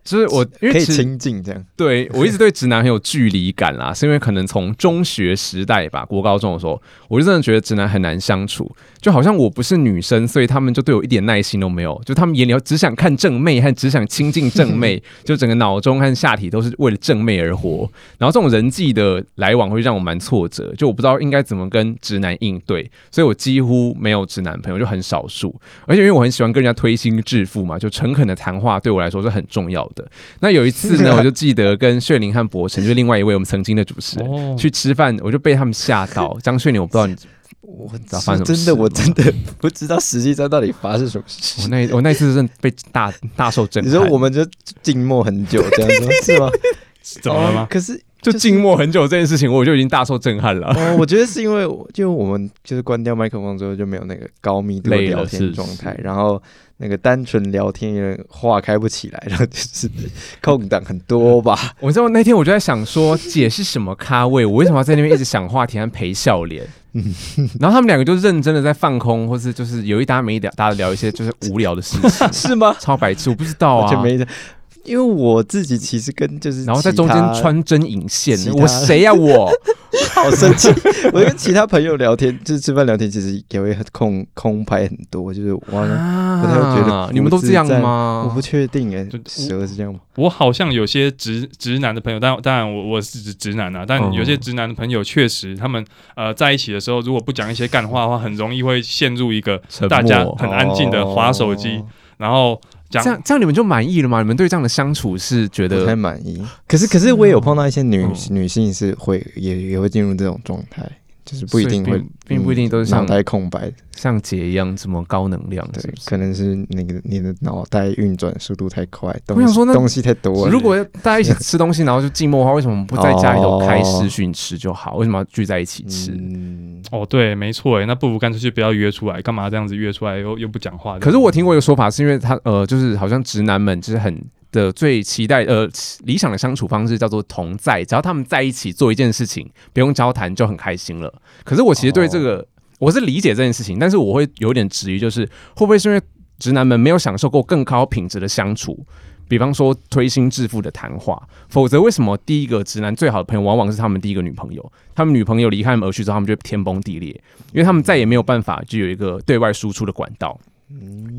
Speaker 3: 就是我因为
Speaker 2: 可以
Speaker 3: 其实
Speaker 2: 亲近这样，
Speaker 3: 对我一直对直男很有距离感啦，是因为可能从中学时代吧，国高中的时候，我就真的觉得直男很难相处，就好像我不是女生，所以他们就对我一点耐心都没有，就他们眼里只想看正妹和只想亲近正妹，就整个脑中和下体都是为了正妹而活。然后这种人际的来往会让我蛮挫折，就我不知道应该怎么跟直男应对，所以我几乎没有直男朋友，就很少数。而且因为我很喜欢跟人家推心置腹嘛，就诚恳的谈话对我来说是很重要的。那有一次呢，我就记得跟炫灵和博成，就是另外一位我们曾经的主持人、
Speaker 2: 嗯
Speaker 1: 哦
Speaker 3: 去吃饭，我就被他们吓 到。张炫灵，我不知道你，
Speaker 2: 我
Speaker 3: 道发生什么
Speaker 2: 真的
Speaker 3: 事
Speaker 2: 我
Speaker 3: 吗
Speaker 2: 真的不知道实际上到底发生什么
Speaker 3: 我
Speaker 2: 事。
Speaker 3: 那我那次真的被大大受震
Speaker 2: 你
Speaker 3: 撼。
Speaker 2: 说我们就静默很久这样子 是吗？
Speaker 1: 怎么了
Speaker 2: 哦
Speaker 1: 吗？
Speaker 2: 可是
Speaker 3: 就
Speaker 2: 就是
Speaker 3: 静默很久这件事情，我就已经大受震撼 了。
Speaker 2: 哦，我觉得是因为我就我们就是关掉麦克风之后就没有那个高密度的
Speaker 3: 累了
Speaker 2: 聊
Speaker 3: 是
Speaker 2: 天状态
Speaker 3: 是，
Speaker 2: 然后那个单纯聊天也话开不起来，然后就是 空档很多吧。
Speaker 3: 我知道那天我就在想说，姐是什么咖位？我为什么要在那边一直想话题和陪笑脸？
Speaker 2: 嗯
Speaker 3: 然后他们两个就认真的在放空，或是就是有一搭没一搭的聊一些就是无聊的事情，
Speaker 2: 是吗？
Speaker 3: 超白痴，我不知道
Speaker 2: 完全
Speaker 3: 啊。
Speaker 2: 没的，因为我自己其实跟就是
Speaker 3: 然后在中间
Speaker 2: 其他
Speaker 3: 穿针引线
Speaker 2: 其，他
Speaker 3: 我谁呀、我？
Speaker 2: 好生气！ 我跟其他朋友聊天，就是吃饭聊天，其实也会很空空拍很多，就是 我好像不太会觉得
Speaker 3: 啊
Speaker 2: 不
Speaker 3: 你们都这样
Speaker 2: 自在
Speaker 3: 吗？
Speaker 2: 我不确定哎
Speaker 1: 就我，
Speaker 2: 蛇是这样吗？
Speaker 1: 我好像有些直直男的朋友，但当然我我是指直男啊，但
Speaker 3: 嗯
Speaker 1: 有些直男的朋友确实，他们呃在一起的时候，如果不讲一些干话的话，很容易会陷入一个
Speaker 3: 沉默
Speaker 1: 大家很安静的划手机，
Speaker 2: 哦
Speaker 1: 然后讲
Speaker 3: 这样这样你们就满意了吗？你们对这样的相处是觉
Speaker 2: 不太
Speaker 3: 得
Speaker 2: 满意。可是可是我也有碰到一些女
Speaker 3: 嗯
Speaker 2: 女性是会也也会进入这种状态，就是不一定
Speaker 3: 所以
Speaker 2: 会
Speaker 3: 并，并不一定都是
Speaker 2: 嗯
Speaker 3: 像
Speaker 2: 脑袋空白，
Speaker 3: 像姐一样这么高能量，是
Speaker 2: 对
Speaker 3: 不，是
Speaker 2: 可能是那个你的脑袋运转速度太快，
Speaker 3: 我想
Speaker 2: 东西
Speaker 3: 说那
Speaker 2: 东西太多了。
Speaker 3: 如果大家一起吃东西，然后就寂寞的话，为什么不在家里头开视讯吃就好？为什么要聚在一起吃？
Speaker 2: 嗯，
Speaker 1: 哦对，没错诶，那不如干脆就不要约出来，干嘛这样子约出来又又不讲话？
Speaker 3: 可是我听过一个说法，是因为他呃，就是好像直男们就是很的最期待呃理想的相处方式叫做同在，只要他们在一起做一件事情，不用交谈就很开心了。可是我其实对这个、我是理解这件事情，但是我会有点质疑，就是会不会是因为直男们没有享受过更高品质的相处？比方说推心置腹的谈话，否则为什么第一个直男最好的朋友往往是他们第一个女朋友？他们女朋友离开他们而去之后，他们就天崩地裂，因为他们再也没有办法就有一个对外输出的管道。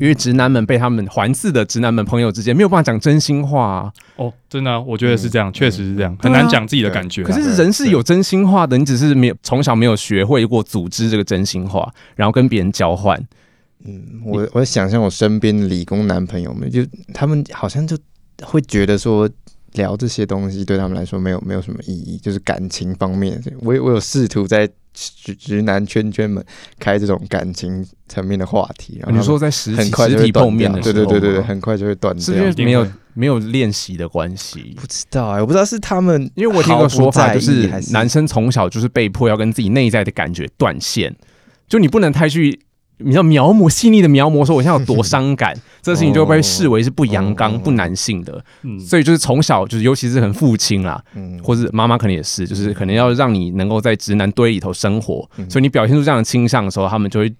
Speaker 3: 因为直男们被他们环伺的直男们朋友之间没有办法讲真心话、啊，
Speaker 1: 哦，真的啊、我觉得是这样，确实是这样，很
Speaker 3: 对啊
Speaker 1: 难讲自己的感觉啊、
Speaker 3: 可是人是有真心话的，你只是没有从小没有学会过组织这个真心话，然后跟别人交换。
Speaker 2: 我我想象我身边的理工男朋友们，就他们好像就会觉得说聊这些东西对他们来说没有没有什么意义，就是感情方面的。我有我有试图在直直男圈圈们开这种感情层面的话题，然后
Speaker 3: 哦你
Speaker 2: 他们
Speaker 3: 说在实
Speaker 2: 很
Speaker 3: 体
Speaker 2: 快
Speaker 3: 实
Speaker 2: 就
Speaker 3: 体
Speaker 2: 会断
Speaker 3: 碰面
Speaker 2: 掉，
Speaker 3: 的时
Speaker 2: 对
Speaker 3: 候
Speaker 2: 对
Speaker 3: 吗，
Speaker 2: 对对对，很快就会断
Speaker 3: 是
Speaker 2: 掉。
Speaker 3: 因为
Speaker 1: 一定
Speaker 3: 没有
Speaker 1: 会
Speaker 3: 没有练习的关系。
Speaker 2: 不知道哎、我不知道是他们
Speaker 3: 因为我听过说法，就
Speaker 2: 毫不在意
Speaker 3: 是
Speaker 2: 还是
Speaker 3: 男生从小就是被迫要跟自己内在的感觉断线，就你不能太去，你知道描摹细腻的描摹说我现在有多伤 感，这事情就被视为是不阳刚、
Speaker 2: 哦
Speaker 3: 不男性的。
Speaker 1: 嗯，
Speaker 3: 所以就是从小就是，尤其是很父亲啦，
Speaker 2: 嗯，
Speaker 3: 或是妈妈可能也是，就是可能要让你能够在直男堆里头生活，
Speaker 2: 嗯
Speaker 3: 所以你表现出这样的倾向的时候，他们就会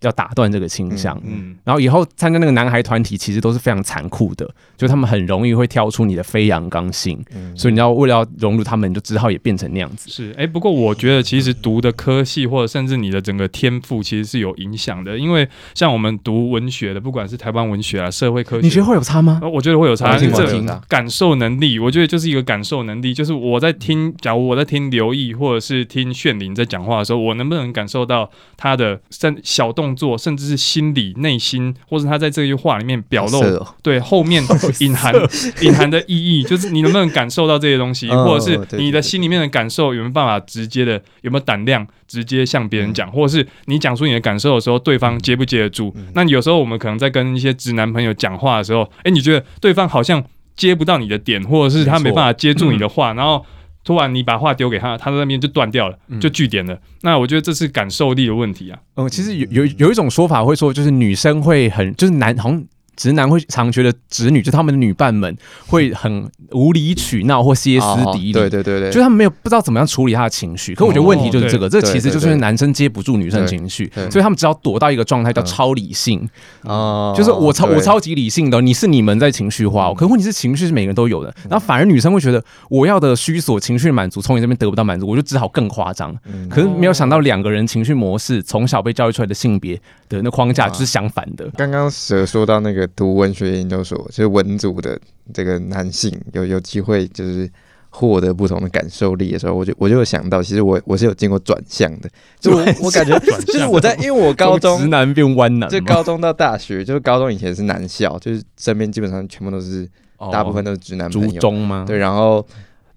Speaker 3: 要打断这个倾向。
Speaker 1: 嗯
Speaker 3: 然后以后参加那个男孩团体，其实都是非常残酷的，就他们很容易会挑出你的非阳刚性，
Speaker 2: 嗯
Speaker 3: 所以你要为了要融入他们，你就只好也变成那样子。
Speaker 1: 是，哎、不过我觉得其实读的科系或者甚至你的整个天赋其实是有影响的，因为像我们读文学的，不管是台湾文学啊、社会科学，
Speaker 3: 你觉得会有差吗？
Speaker 1: 呃我觉得会有差，
Speaker 3: 我
Speaker 1: 因
Speaker 3: 听
Speaker 1: 为
Speaker 3: 过
Speaker 1: 这
Speaker 3: 我听
Speaker 1: 个
Speaker 3: 过
Speaker 1: 感受能力，我觉得就是一个感受能力，就是我在听，假如我在听刘毅或者是听炫灵在讲话的时候，我能不能感受到他的甚小动作，甚至是心理、内心，或是他在这句话里面表露
Speaker 2: 好色哦
Speaker 1: 对后面隐 含隐含的意义，就是你能不能感受到这些东西，
Speaker 2: 嗯
Speaker 1: 或者
Speaker 2: 嗯
Speaker 1: 是
Speaker 2: 对
Speaker 1: 你
Speaker 2: 对对
Speaker 1: 的心里面的感受有没有办法直接的，有没有胆量直接向别人讲，
Speaker 2: 嗯
Speaker 1: 或者是你讲出你的感受的时候，对方接不接得住？那有时候我们可能在跟一些直男朋友讲话的时候，哎，你觉得对方好像接不到你的点，或者是他
Speaker 3: 没错
Speaker 1: 没办法接住你的
Speaker 2: 嗯
Speaker 1: 话，然后。突然你把话丢给他，他在那边就断掉了，
Speaker 2: 嗯
Speaker 1: 就据点了。那我觉得这是感受力的问题啊。
Speaker 3: 嗯，其实有有有一种说法会说，就是女生会很，就是男好像。直男会常觉得直女，就他们的女伴们会很无理取闹或歇斯
Speaker 2: 哦
Speaker 3: 底里，
Speaker 2: 对对对对，哦
Speaker 3: 就他们没有不知道怎么样处理他的情绪。可我觉得问题就是这个，这
Speaker 2: 对
Speaker 3: 其实就是
Speaker 2: 对对
Speaker 3: 男生接不住女生的情绪
Speaker 2: 对，对
Speaker 3: 所以他们只要躲到一个状态叫
Speaker 2: 嗯
Speaker 3: 超理性，
Speaker 2: 哦
Speaker 3: 就是我超
Speaker 2: 对嗯
Speaker 3: 我超级理性的哦，你是你们在情绪化哦，可问题是情绪是每个人都有的，然后反而女生会觉得我要的虚索情绪满足从你这边得不到满足，我就只好更夸张。
Speaker 2: 嗯
Speaker 3: 可是没有想到两个人情绪模式从小被教育出来的性别的那
Speaker 2: 啊
Speaker 3: 框架就是相反的。
Speaker 2: 刚刚蛇说到那个读文学研究所，就是文组的这个男性有有机会就是获得不同的感受力的时候，我就我就有想到，其实我我是有经过转向的，就我 我感觉
Speaker 1: 转向
Speaker 2: 就是我在因为 我
Speaker 3: 从
Speaker 2: 高
Speaker 3: 直
Speaker 2: 中
Speaker 3: 男变弯男嘛，
Speaker 2: 就高中到大学，就是高中以前是男校，就是身边基本上全部都是
Speaker 3: 哦
Speaker 2: 大部分都是直男
Speaker 3: 族
Speaker 2: 朋友，
Speaker 3: 中吗？
Speaker 2: 对，然后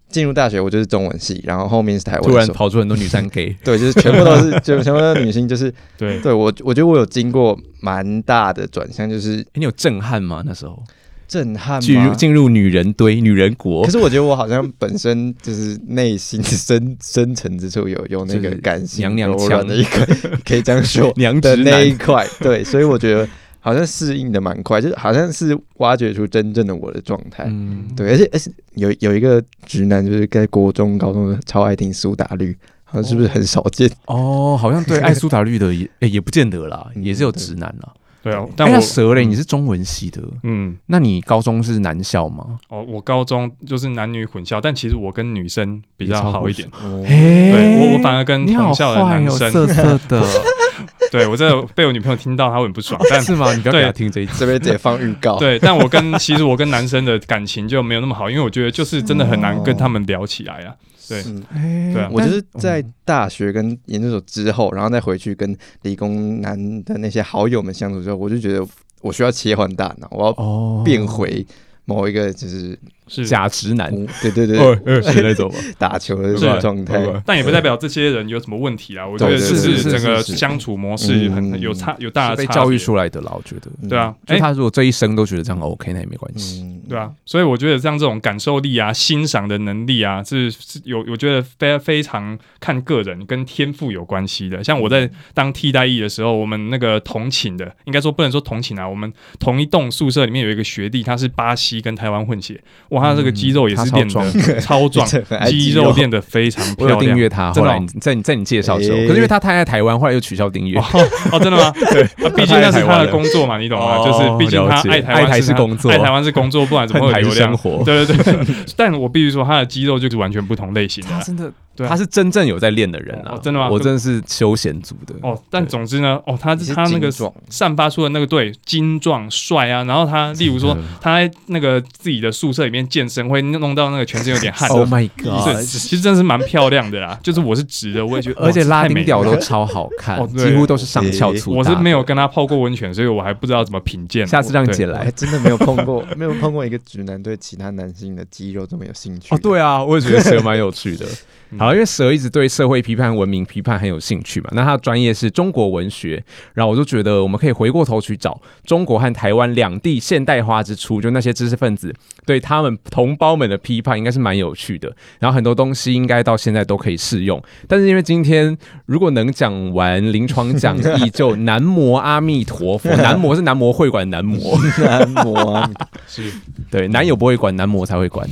Speaker 2: 进入大学我就是中文系，然后后面是台
Speaker 3: 突
Speaker 2: 湾
Speaker 3: 然
Speaker 2: 所，
Speaker 3: 跑出很多女生 gay，
Speaker 2: 对，就是全部都 是就全部都是女性，就是
Speaker 1: 对，
Speaker 2: 对我我觉得我有经过蛮大的转向，就是
Speaker 3: 你有震撼吗？那时候
Speaker 2: 震撼
Speaker 3: 进入
Speaker 2: 吗？
Speaker 3: 进入女人堆、女人国
Speaker 2: 可，是我觉得我好像本身就是内心深深层之处有有那
Speaker 3: 就
Speaker 2: 个
Speaker 3: 是
Speaker 2: 感性
Speaker 3: 娘娘
Speaker 2: 柔软
Speaker 3: 腔
Speaker 2: 的一个， 可以这 样说
Speaker 3: 娘直
Speaker 2: 的那
Speaker 3: 男
Speaker 2: 一块，对，所以我觉得好像适应的蛮快，就是好像是挖掘出真正的我的状态。
Speaker 3: 嗯，
Speaker 2: 对，而且而且有有一个直男，就是在国中、高中的超爱听苏打绿，好像是不是很少见？
Speaker 3: 哦，好像对爱苏打绿的也、诶也不见得 啦，
Speaker 2: 嗯
Speaker 3: 也是有
Speaker 2: 对
Speaker 3: 直男啦。
Speaker 1: 对啊
Speaker 2: 对。
Speaker 1: 但
Speaker 3: 哎
Speaker 1: 我
Speaker 3: 那蛇嘞，你是中文系的，
Speaker 1: 嗯，
Speaker 3: 那你高中是男校吗？
Speaker 1: 哦，我高中就是男女混校，但其实我跟女生比较好一点。
Speaker 3: 嘿
Speaker 1: 对我我反而跟
Speaker 3: 你好
Speaker 1: 同校的
Speaker 3: 坏
Speaker 1: 男
Speaker 3: 哦
Speaker 1: 生
Speaker 3: 色色的，
Speaker 1: 对我这被我女朋友听到，她会很不爽。但
Speaker 3: 是啊吗？你不要给
Speaker 1: 对
Speaker 3: 他听这一集。
Speaker 2: 这边直接放预告。
Speaker 1: 对，但我跟其实我跟男生的感情就没有那么好，因为我觉得就是真的很难跟他们聊起来啊。对
Speaker 2: 嗯，
Speaker 3: 哎
Speaker 1: 对啊
Speaker 2: 我就是在大学跟研究所之后，然后再回去跟理工男的那些好友们相处之后，我就觉得我需要切换大脑，我要
Speaker 3: 哦
Speaker 2: 变回某一个就是
Speaker 1: 是，
Speaker 3: 假直男，
Speaker 2: 不 对对
Speaker 3: 哦
Speaker 2: 对，
Speaker 3: 呃是那种吗？
Speaker 2: 打球的
Speaker 1: 是
Speaker 2: 状态。
Speaker 1: 但也不代表这些人有什么问题啊。我觉得
Speaker 2: 对对
Speaker 1: 就
Speaker 3: 对
Speaker 1: 是
Speaker 3: 是
Speaker 1: 整个
Speaker 2: 是是
Speaker 1: 相处模式很很有差有大
Speaker 3: 是
Speaker 1: 的
Speaker 3: 被
Speaker 1: 差
Speaker 3: 教
Speaker 1: 别
Speaker 3: 育出来的啦，我觉得。
Speaker 2: 嗯
Speaker 1: 对啊，
Speaker 3: 就
Speaker 1: 哎，
Speaker 3: 他如果这一生都觉得这样 OK，那也没关系。
Speaker 2: 嗯，
Speaker 1: 对啊，所以我觉得像这种感受力啊、欣赏的能力啊，是是有我觉得非非常看个人跟天赋有关系的。像我
Speaker 3: 嗯
Speaker 1: 在当替代役的时候，我们那个同寝的，应该说不能说同寝啊，我们同一栋宿舍里面有一个学弟，他是巴西跟台湾混血，哇，他这个肌肉也
Speaker 3: 嗯他
Speaker 1: 是
Speaker 3: 超
Speaker 1: 练
Speaker 3: 壮
Speaker 1: 的 超壮
Speaker 2: 这很爱，
Speaker 1: 肌
Speaker 2: 肌肉
Speaker 1: 肉练得非常
Speaker 3: 我
Speaker 1: 漂
Speaker 3: 有订
Speaker 1: 亮。
Speaker 3: 阅他，
Speaker 1: 真
Speaker 3: 后
Speaker 1: 的
Speaker 3: 来
Speaker 1: 哦
Speaker 3: 你在你在你介绍之后，
Speaker 2: 哎
Speaker 3: 可是因为他太爱台湾，后来又取消订阅。
Speaker 1: 哦，真的吗？对，啊毕竟那是他的工作嘛，你懂吗？
Speaker 3: 哦
Speaker 1: 就是毕竟他
Speaker 3: 了解
Speaker 1: 爱台湾
Speaker 3: 爱台是
Speaker 1: 他
Speaker 3: 工作
Speaker 1: 爱台湾是工作，不然怎么会有流量
Speaker 3: 恨台是生 活
Speaker 1: 对对对，但我必须说，他的肌肉就是完全不同类型的
Speaker 3: 他
Speaker 1: 啊。
Speaker 3: 真的，
Speaker 1: 对啊
Speaker 3: 他是真正有在练的人啊！
Speaker 1: 哦真的吗
Speaker 3: 我真的是休闲族的。
Speaker 1: 哦，但总之呢，哦，他
Speaker 2: 你是
Speaker 1: 他那个
Speaker 2: 精壮
Speaker 1: 散发出的那个对精壮帅啊，然后他例如说
Speaker 3: 真的
Speaker 1: 他在那个自己的宿舍里面健身，会弄到那个全身有点汗。
Speaker 3: Oh my
Speaker 1: 是
Speaker 3: god！
Speaker 1: 其实真的是蛮漂亮的啦， 就是我是直的，我也觉得，
Speaker 3: 而且
Speaker 1: 哇
Speaker 3: 拉
Speaker 1: 太美
Speaker 3: 丁屌
Speaker 1: 了
Speaker 3: 都超好看
Speaker 1: 哦，对
Speaker 3: 几乎都是上翘粗大。
Speaker 1: 我是没有跟他泡过温泉，所以我还不知道怎么品鉴。
Speaker 3: 下次让
Speaker 1: 对
Speaker 3: 姐
Speaker 2: 我
Speaker 3: 来
Speaker 2: 还。真的没有碰过， 没有碰过一个直男对其他男性的肌肉这么有兴趣
Speaker 3: 哦，对
Speaker 2: 啊，
Speaker 3: 啊，我也觉得蛇蛮有趣的。
Speaker 1: 嗯
Speaker 3: 好，因为蛇一直对社会批判、文明批判很有兴趣嘛，那他的专业是中国文学，然后我就觉得我们可以回过头去找中国和台湾两地现代化之初，就那些知识分子对他们同胞们的批判，应该是蛮有趣的。然后很多东西应该到现在都可以适用，但是因为今天如果能讲完临床讲义，就南摩阿弥陀佛， 南摩是南摩会馆的南 摩，
Speaker 2: 男模啊，
Speaker 1: 是
Speaker 3: 对，男友不会管，男模才会管。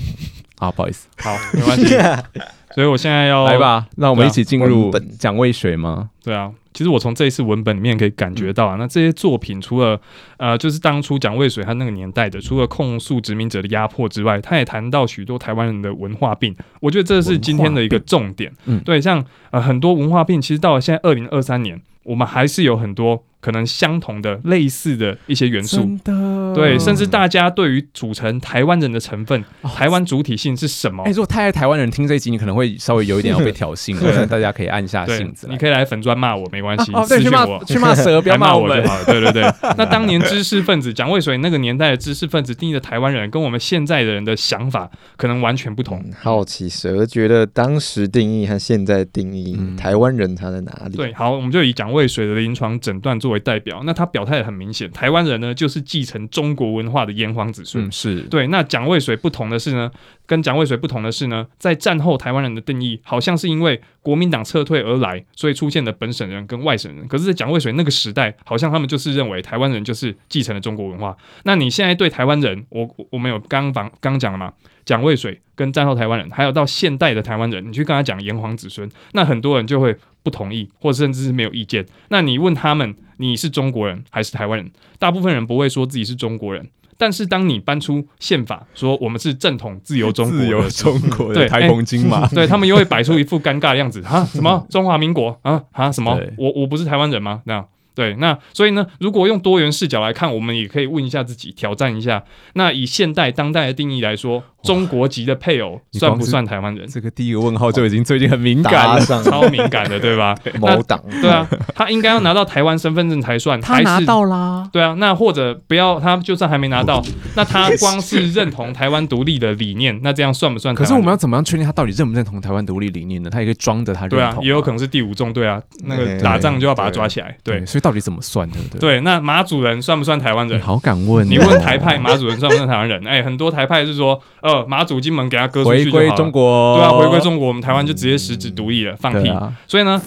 Speaker 3: 好，不好意思，
Speaker 1: 好，没关 系。所以我现在要
Speaker 3: 来，吧，让我们一起进入
Speaker 2: 文本
Speaker 3: 讲渭水吗？
Speaker 1: 对啊，其实我从这一次文本里面可以感觉
Speaker 3: 嗯
Speaker 1: 到啊，那这些作品除了呃，就是当初蒋渭水他那个年代的，除了控诉殖民者的压迫之外，他也谈到许多台湾人的文化病。我觉得这是今天的一个重点。
Speaker 3: 嗯
Speaker 1: 对，像呃很多文化病，其实到了现在二零二三年，我们还是有很多可能相同的、类似的一些元素。
Speaker 3: 的
Speaker 1: 对，甚至大家对于组成台湾人的成分、台湾主体性是什么
Speaker 3: 哦哎、？如果太爱台湾人听这一集，你可能会稍微有一点要被挑 衅，对，大家可以按下
Speaker 1: 对
Speaker 3: 性子，来
Speaker 1: 你。可以来粉砖骂我，没关系
Speaker 3: 哦，，
Speaker 1: 私
Speaker 3: 对，去
Speaker 1: 信
Speaker 3: 骂
Speaker 1: 我。
Speaker 3: 去骂蛇，不要
Speaker 1: 来骂
Speaker 3: 我
Speaker 1: 就
Speaker 3: 们。
Speaker 1: 好了。对 对对，那当年知识分子蒋渭水那个年代的知识分子定义的台湾人，跟我们现在的人的想法可能完全不同。
Speaker 2: 嗯好奇蛇觉得当时定义和现在定义，
Speaker 3: 嗯
Speaker 2: 台湾人差在哪里？
Speaker 1: 对，好，我们就以蒋渭水的临床诊断作为代表，那他表态得很明显，台湾人呢就是继承中国文化的炎黄子孙。
Speaker 3: 嗯，是
Speaker 1: 对，那蒋渭水不同的是呢，跟蒋渭水不同的是呢，在战后台湾人的定义好像是因为国民党撤退而来，所以出现的本省人跟外省人。可是，在蒋渭水那个时代，好像他们就是认为台湾人就是继承了中国文化。那你现在对台湾人，我我我们有刚刚刚讲了嘛？蒋渭水跟战后台湾人，还有到现代的台湾人，你去跟他讲炎黄子孙，那很多人就会不同意，或甚至是没有意见。那你问他们，你是中国人还是台湾人？大部分人不会说自己是中国人。但是当你搬出宪法说我们是正统自由中国的时候，
Speaker 3: 国
Speaker 1: 对哎
Speaker 3: 金马，
Speaker 1: 对他们又会摆出一副尴尬的样子啊，什 么中华民国啊啊什么
Speaker 3: 对，
Speaker 1: 我我不是台湾人吗？那样对，那所以呢，如果用多元视角来看，我们也可以问一下自己，挑战一下。那以现代当代的定义来说，中国籍的配偶
Speaker 3: 你
Speaker 1: 算
Speaker 3: 光
Speaker 1: 不
Speaker 3: 是
Speaker 1: 算台湾人？
Speaker 3: 这个第一个问号就已经最近很敏感
Speaker 2: 搭
Speaker 3: 了。
Speaker 2: 上
Speaker 1: 超敏感的，对吧？那
Speaker 2: 某党，
Speaker 1: 对啊，他应该要拿到台湾身份证才算，还是
Speaker 3: 啦，
Speaker 1: 对啊，那或者不要他，就算还没拿到，那他光是认同台湾独立的理念，那这样算不算台
Speaker 3: 可
Speaker 1: 湾人？
Speaker 3: 是我们要怎么样确定他到底认不认同台湾独立理念呢？他也可以装着他认
Speaker 1: 对啊
Speaker 3: 同，，
Speaker 1: 也有可能是第五纵队啊，那个
Speaker 2: 嗯
Speaker 1: 打仗就要把他
Speaker 2: 对
Speaker 1: 抓起来，对
Speaker 3: 对，。所以到底怎么算呢？对不对，
Speaker 1: 对，那马祖人算不算台湾
Speaker 3: 你
Speaker 1: 人？
Speaker 3: 好敢问哦，
Speaker 1: 你问台派 马祖人算不算台湾人？哎、很多台派是说，呃，马祖金门给他割出去就好
Speaker 3: 回归
Speaker 1: 了
Speaker 3: 中，国，
Speaker 1: 对啊，回归中国，我们台湾就直接实质独立了，放
Speaker 3: 对
Speaker 1: 屁。
Speaker 3: 啊，
Speaker 1: 所以呢，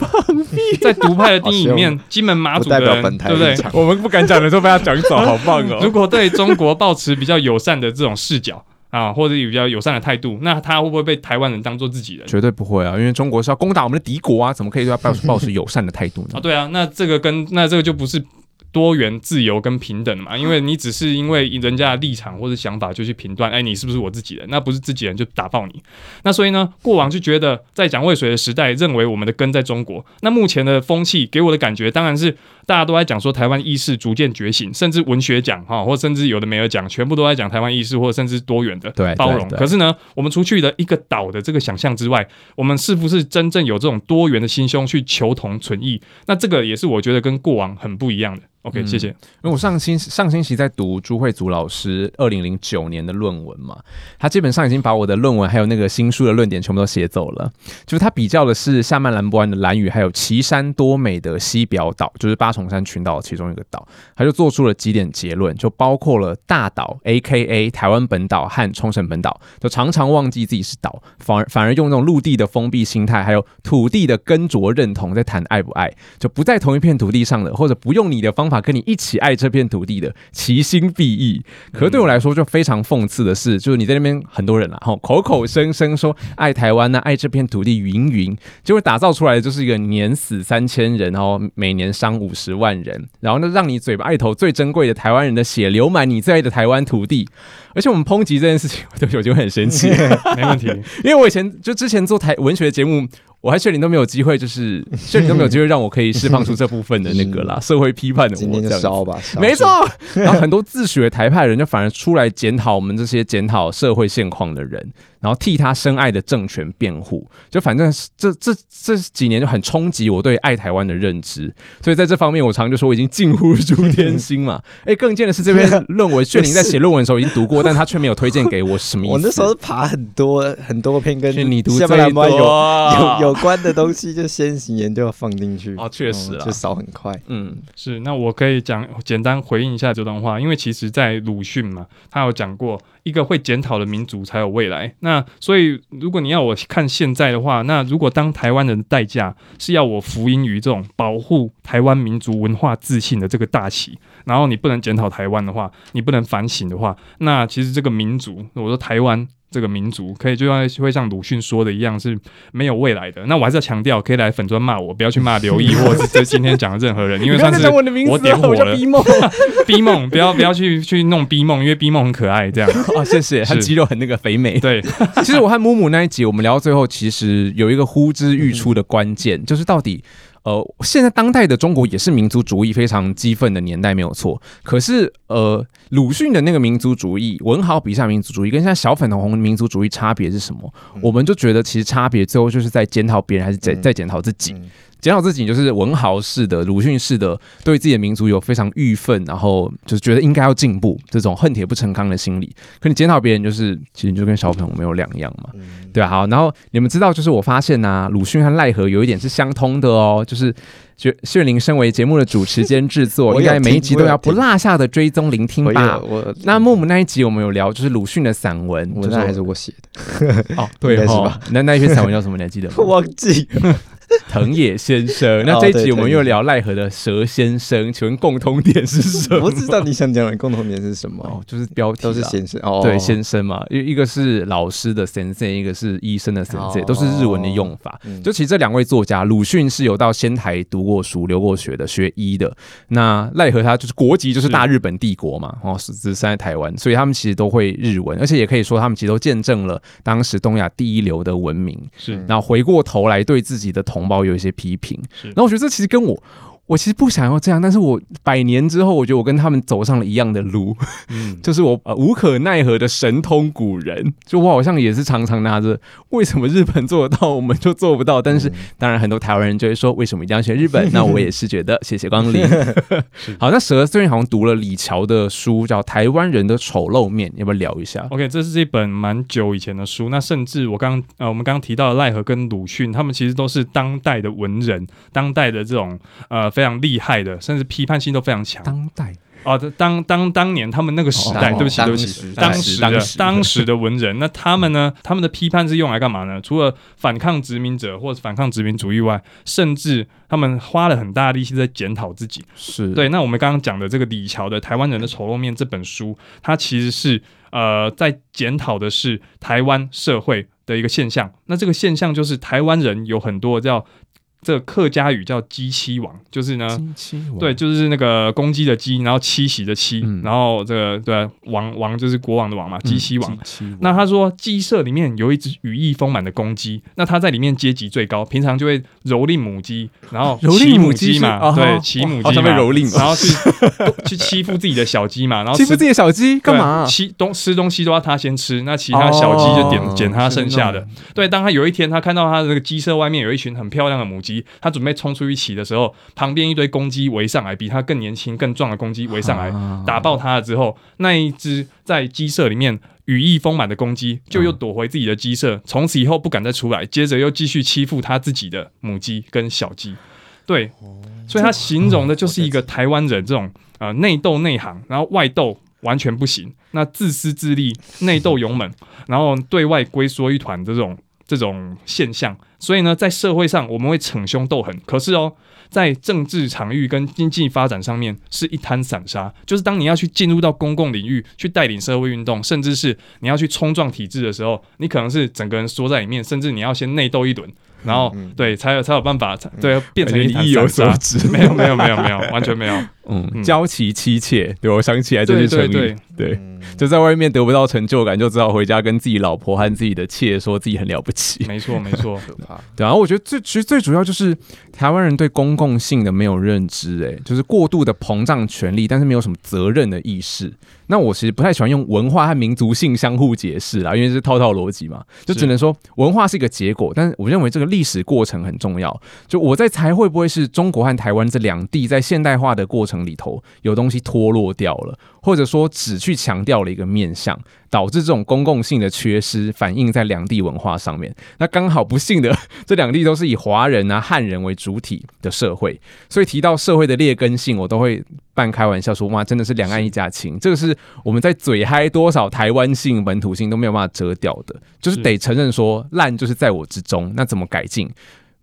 Speaker 1: 在独派的定义里面，金门马
Speaker 2: 不
Speaker 1: 祖的
Speaker 2: 代表
Speaker 1: 人，
Speaker 2: 本台
Speaker 1: 对不对
Speaker 2: 立？场。
Speaker 3: 我们不敢讲的都被他讲 走，好棒
Speaker 1: 如
Speaker 3: 哦！
Speaker 1: 果对中国抱持比较友善的这种视角啊，或者有比较友善的态度，那他会不会被台湾人当做自己人？
Speaker 3: 绝对不会啊，因为中国是要攻打我们的敌国啊，怎么可以对他抱抱持友善的态度呢
Speaker 1: 啊，？对啊，那这个跟那这个就不是多元、自由跟平等
Speaker 3: 嗯
Speaker 1: 嘛，因为你只是因为人家的立场或者想法就去评断，哎，你是不是我自己人？那不是自己人就打爆你。那所以呢，过往就觉得在蒋渭水的时代，认为我们的根在中国。那目前的风气给我的感觉，当然是大家都在讲说台湾意识逐渐觉醒，甚至文学奖哈，或甚至有的没有奖，全部都在讲台湾意识，或甚至多元的
Speaker 3: 对对
Speaker 1: 包容。
Speaker 3: 对
Speaker 1: 可是呢，我们除去了一个岛的这个想象之外，我们是不是真正有这种多元的心胸去求同存异？那这个也是我觉得跟过往很不一样的。OK，、
Speaker 3: 嗯
Speaker 1: 谢 谢。
Speaker 3: 因为我上星上星期在读朱慧祖老师二零零九年的论文嘛，他基本上已经把我的论文还有那个新书的论点全部都写走了。就是他比较的是夏曼兰博安的蓝屿，还有岐山多美的西表岛，就是八重山群岛的其中一个岛，他就做出了几点结论，就包括了大岛 （A.K.A. 台湾本岛）和冲绳本岛，就常常忘记自己是岛，反而反而用那种陆地的封闭心态，还有土地的耕着认同，在谈爱不爱，就不在同一片土地上的，或者不用你的方法跟你一起爱这片土地的，其心必异。可是对我来说，就非常讽刺的是，就是你在那边很多人啊，吼口口声声说爱台湾呐、爱这片土地云云，结果打造出来的就是一个碾死三千人，然后每年伤五十万人，然后呢，让你嘴巴爱头最珍贵的台湾人的血流满你最爱的台湾土地。而且我们抨击这件事情，对不起，我就很生气，
Speaker 1: 没问题。
Speaker 3: 因为我以前就之前做台文学节目，我和谢林都没有机会，就是谢林都没有机会让我可以释放出这部分的那个 啦，社会批判的
Speaker 2: 今
Speaker 3: 我
Speaker 2: 天就
Speaker 3: 这样子。
Speaker 2: 烧吧，烧
Speaker 3: 没错，然后很多自诩为台派的人就反而出来检讨我们这些检讨社会现况的人，然后替他深爱的政权辩护。就反正是这这这几年就很冲击我对爱台湾的认知，所以在这方面我常就说我已经近乎诸天心嘛。哎，更贱的是这 篇论文，炫灵在写论文的时候已经读过，但他却没有推荐给我，是什么意思？
Speaker 2: 我那时候是爬很多很多篇跟
Speaker 3: 是你读
Speaker 2: 下
Speaker 3: 最
Speaker 2: 巴兰花
Speaker 3: 多，
Speaker 2: 有有有关的东西，就先行研究放进去。
Speaker 3: 啊哦确实啦
Speaker 2: 就少很快。
Speaker 3: 嗯，
Speaker 1: 是，那我可以讲简单回应一下这段话，因为其实，在鲁迅嘛，他有讲过，一个会检讨的民族才有未来。那所以，如果你要我看现在的话，那如果当台湾人的代价是要我服膺于这种保护台湾民族文化自信的这个大旗，然后你不能检讨台湾的话，你不能反省的话，那其实这个民族，我说台湾。这个民族可以就像会像鲁迅说的一样是没有未来的。那我还是要强调，可以来粉砖骂我，不要去骂刘毅或者是这今天讲的任何人，因为
Speaker 3: 你不要
Speaker 1: 算
Speaker 3: 再
Speaker 1: 是
Speaker 3: 讲我的名字了，
Speaker 1: 我点火
Speaker 3: 叫
Speaker 1: 了
Speaker 3: 逼梦
Speaker 1: B 梦，不要不要去去弄 B 梦，因为 B 梦很可爱，这样
Speaker 3: 哦，谢谢，他
Speaker 1: 是
Speaker 3: 肌肉很那个肥美。
Speaker 1: 对，
Speaker 3: 其实我和木木那一集，我们聊到最后，其实有一个呼之欲出的关键，就是到底。呃，现在当代的中国也是民族主义非常激愤的年代，没有错。可是，呃，鲁迅的那个民族主义，文豪笔下民族主义，跟现在小粉红的民族主义差别是什么？我们就觉得其实差别最后就是在检讨别人，还是在
Speaker 2: 嗯
Speaker 3: 在检讨自己。
Speaker 2: 嗯
Speaker 3: 检讨自己就是文豪式的、鲁迅式的，对自己的民族有非常郁愤，然后就是觉得应该要进步这种恨铁不成钢的心理。可你检讨别人，就是其实你就跟小朋友没有两样嘛。
Speaker 2: 嗯
Speaker 3: 对啊，好，然后你们知道，就是我发现呐、鲁迅和奈何有一点是相通的哦，就是薛薛林身为节目的主持兼制作，
Speaker 2: 我有
Speaker 3: 应该每一
Speaker 2: 听
Speaker 3: 集
Speaker 2: 我
Speaker 3: 都
Speaker 2: 有
Speaker 3: 要不
Speaker 2: 听
Speaker 3: 落下的追踪聆听
Speaker 2: 我
Speaker 3: 吧
Speaker 2: 有。我
Speaker 3: 那木木那一集我们有聊，就是鲁迅的散文，
Speaker 2: 我
Speaker 3: 就
Speaker 2: 那还是
Speaker 3: 说
Speaker 2: 我写的，
Speaker 3: 哦，对
Speaker 2: 应该是
Speaker 3: 哦
Speaker 2: 吧，
Speaker 3: 那那一篇散文叫什么？你还记 得吗？
Speaker 2: 忘记了。
Speaker 3: 藤野先生。那
Speaker 2: 哦
Speaker 3: 这一
Speaker 2: 对
Speaker 3: 集我们
Speaker 2: 藤野
Speaker 3: 又聊奈何的蛇先生，请问共通点是什么？
Speaker 2: 我不知道你想讲的共同点是什
Speaker 3: 哦
Speaker 2: 么，，
Speaker 3: 就是标题
Speaker 2: 都是
Speaker 3: 啦
Speaker 2: 先生哦，
Speaker 3: 对先生嘛，一一个是老师的 sensei，一个是医生的 sensei，
Speaker 2: 哦
Speaker 3: 都是日文的用法。
Speaker 2: 嗯
Speaker 3: 就其实这两位作家，鲁迅是有到仙台读过书、留过学的，学医的。那奈何他就是国籍就是大日本帝国嘛，
Speaker 2: 嗯
Speaker 3: 哦，是只是在台湾，所以他们其实都会日文，而且也可以说他们其实都见证了当时东亚第一流的文明。
Speaker 1: 是
Speaker 3: 然后回过头来对自己的同胞有一些批评。
Speaker 1: 是
Speaker 3: 然后我觉得这其实跟我，我其实不想要这样，但是我百年之后，我觉得我跟他们走上了一样的路，
Speaker 1: 嗯，
Speaker 3: 就是我、呃、无可奈何的神通古人。就我好像也是常常拿着，为什么日本做得到，我们就做不到？但
Speaker 1: 嗯
Speaker 3: 是、当然，很多台湾人就会说，为什么一定要选 日本？那我也是觉得，谢谢光临。 好，那蛇最近好像读了李乔的书，叫《台湾人的丑陋面》，要不要聊一 下？
Speaker 1: OK，这是一本蛮久以前的书。那甚至我刚呃，我们刚刚提到的奈何跟鲁迅，他们其实都是当代的文人，当代的这种呃非常厉害的，甚至批判性都非常强
Speaker 3: 当代
Speaker 1: 哦。这当当当年他们那个时代，
Speaker 2: 哦
Speaker 1: 对不起，
Speaker 2: 当
Speaker 1: 对不起，
Speaker 2: 时
Speaker 1: 当
Speaker 3: 当
Speaker 1: 时
Speaker 3: 时
Speaker 1: 的
Speaker 3: 当
Speaker 1: 当时
Speaker 3: 时
Speaker 1: 的文人，那他们呢？他们的批判是用来干嘛呢？除了反抗殖民者或者反抗殖民主义外，甚至他们花了很大力气在检讨自己。
Speaker 3: 是
Speaker 1: 对，那我们刚刚讲的这个李乔的《台湾人的丑陋面》这本书，它其实是呃在检讨的是台湾社会的一个现象。那这个现象就是台湾人有很多叫这个客家语叫“鸡妻王”，就是呢。
Speaker 3: 金七王
Speaker 1: 啊对，就是那个公鸡的鸡，然后七喜的七，
Speaker 3: 嗯
Speaker 1: 然后这个对啊王王就是国王的王嘛，鸡妻王。
Speaker 3: 嗯七王
Speaker 1: 那他说鸡舍里面有一只羽翼丰满的公鸡，那它在里面阶级最高，平常就会蹂躏母鸡，然 后
Speaker 3: 蹂躏
Speaker 1: 骑母
Speaker 3: 母鸡
Speaker 1: 鸡
Speaker 3: 是
Speaker 1: 嘛，
Speaker 3: 哦
Speaker 1: 对，
Speaker 3: 哦
Speaker 1: 骑母
Speaker 3: 好
Speaker 1: 鸡
Speaker 3: 像
Speaker 1: 嘛，
Speaker 3: 被蹂躏哦
Speaker 1: 然后去去欺负自己的小鸡嘛，然后
Speaker 3: 欺负
Speaker 1: 吃
Speaker 3: 自己的小鸡干嘛
Speaker 1: 对？吃东吃东西都要它先吃，那其他小鸡就点
Speaker 3: 哦
Speaker 1: 捡它剩下的
Speaker 3: 是。
Speaker 1: 对，当他有一天他看到他的那个鸡舍外面有一群很漂亮的母鸡，他准备冲出去骑的时候，旁边一堆公鸡围上来，比他更年轻、更壮的公鸡围上来，
Speaker 3: 啊
Speaker 1: 打爆它了之后，那一只在鸡舍里面羽翼丰满的公鸡就又躲回自己的鸡舍，从此以后不敢再出来，接着又继续欺负它自己的母鸡跟小鸡。对，所以它形容的就是一
Speaker 3: 哦
Speaker 1: 个台湾人这种呃内斗内行，然后外斗完全不行，那自私自利、内斗勇猛，然后对外龟缩一团这种这种现象。所以呢，在社会上我们会逞凶斗狠，可是哦，在政治场域跟经济发展上面是一滩散沙。就是当你要去进入到公共领域，去带领社会运动，甚至是你要去冲撞体制的时候，你可能是整个人缩在里面，甚至你要先内斗一轮，
Speaker 3: 嗯
Speaker 1: 然后、对才有才有办法才对变成一
Speaker 3: 你
Speaker 1: 滩
Speaker 3: 嗯意有
Speaker 1: 散
Speaker 3: 所
Speaker 1: 沙。
Speaker 3: 指，
Speaker 1: 没有没有没有没有，完全没有。
Speaker 3: 嗯，
Speaker 1: 嗯
Speaker 3: 娇妻妻妾，对我想起哎来这句成
Speaker 1: 对
Speaker 3: 语，
Speaker 1: 对
Speaker 3: 对
Speaker 2: 嗯，
Speaker 3: 就在外面得不到成就感，就只好回家跟自己老婆和自己的妾说自己很了不起。
Speaker 1: 没错没 错，
Speaker 2: 可怕。
Speaker 3: 对啊，我觉得最其实最主要就是台湾人对公共性的没有认知、欸，就是过度的膨胀权力，但是没有什么责任的意识。那我其实不太喜欢用文化和民族性相互解释啦，因为是套套逻辑嘛，就是只能说文化是一个结果，但是我认为这个历史过程很重要。就我在猜会不会是中国和台湾这两地在现代化的过程里头有东西脱落掉了，或者说只去强调了一个面向，导致这种公共性的缺失反映在两地文化上面。那刚好不幸的这两地都是以华人啊、汉人为主体的社会，所以提到社会的劣根性，我都会半开玩笑说：“哇，真的是两岸一家亲。”这个是我们在嘴嗨多少台湾性、本土性都没有办法遮掉的，就是
Speaker 1: 是
Speaker 3: 得承认说烂就是在我之中，那怎么改进？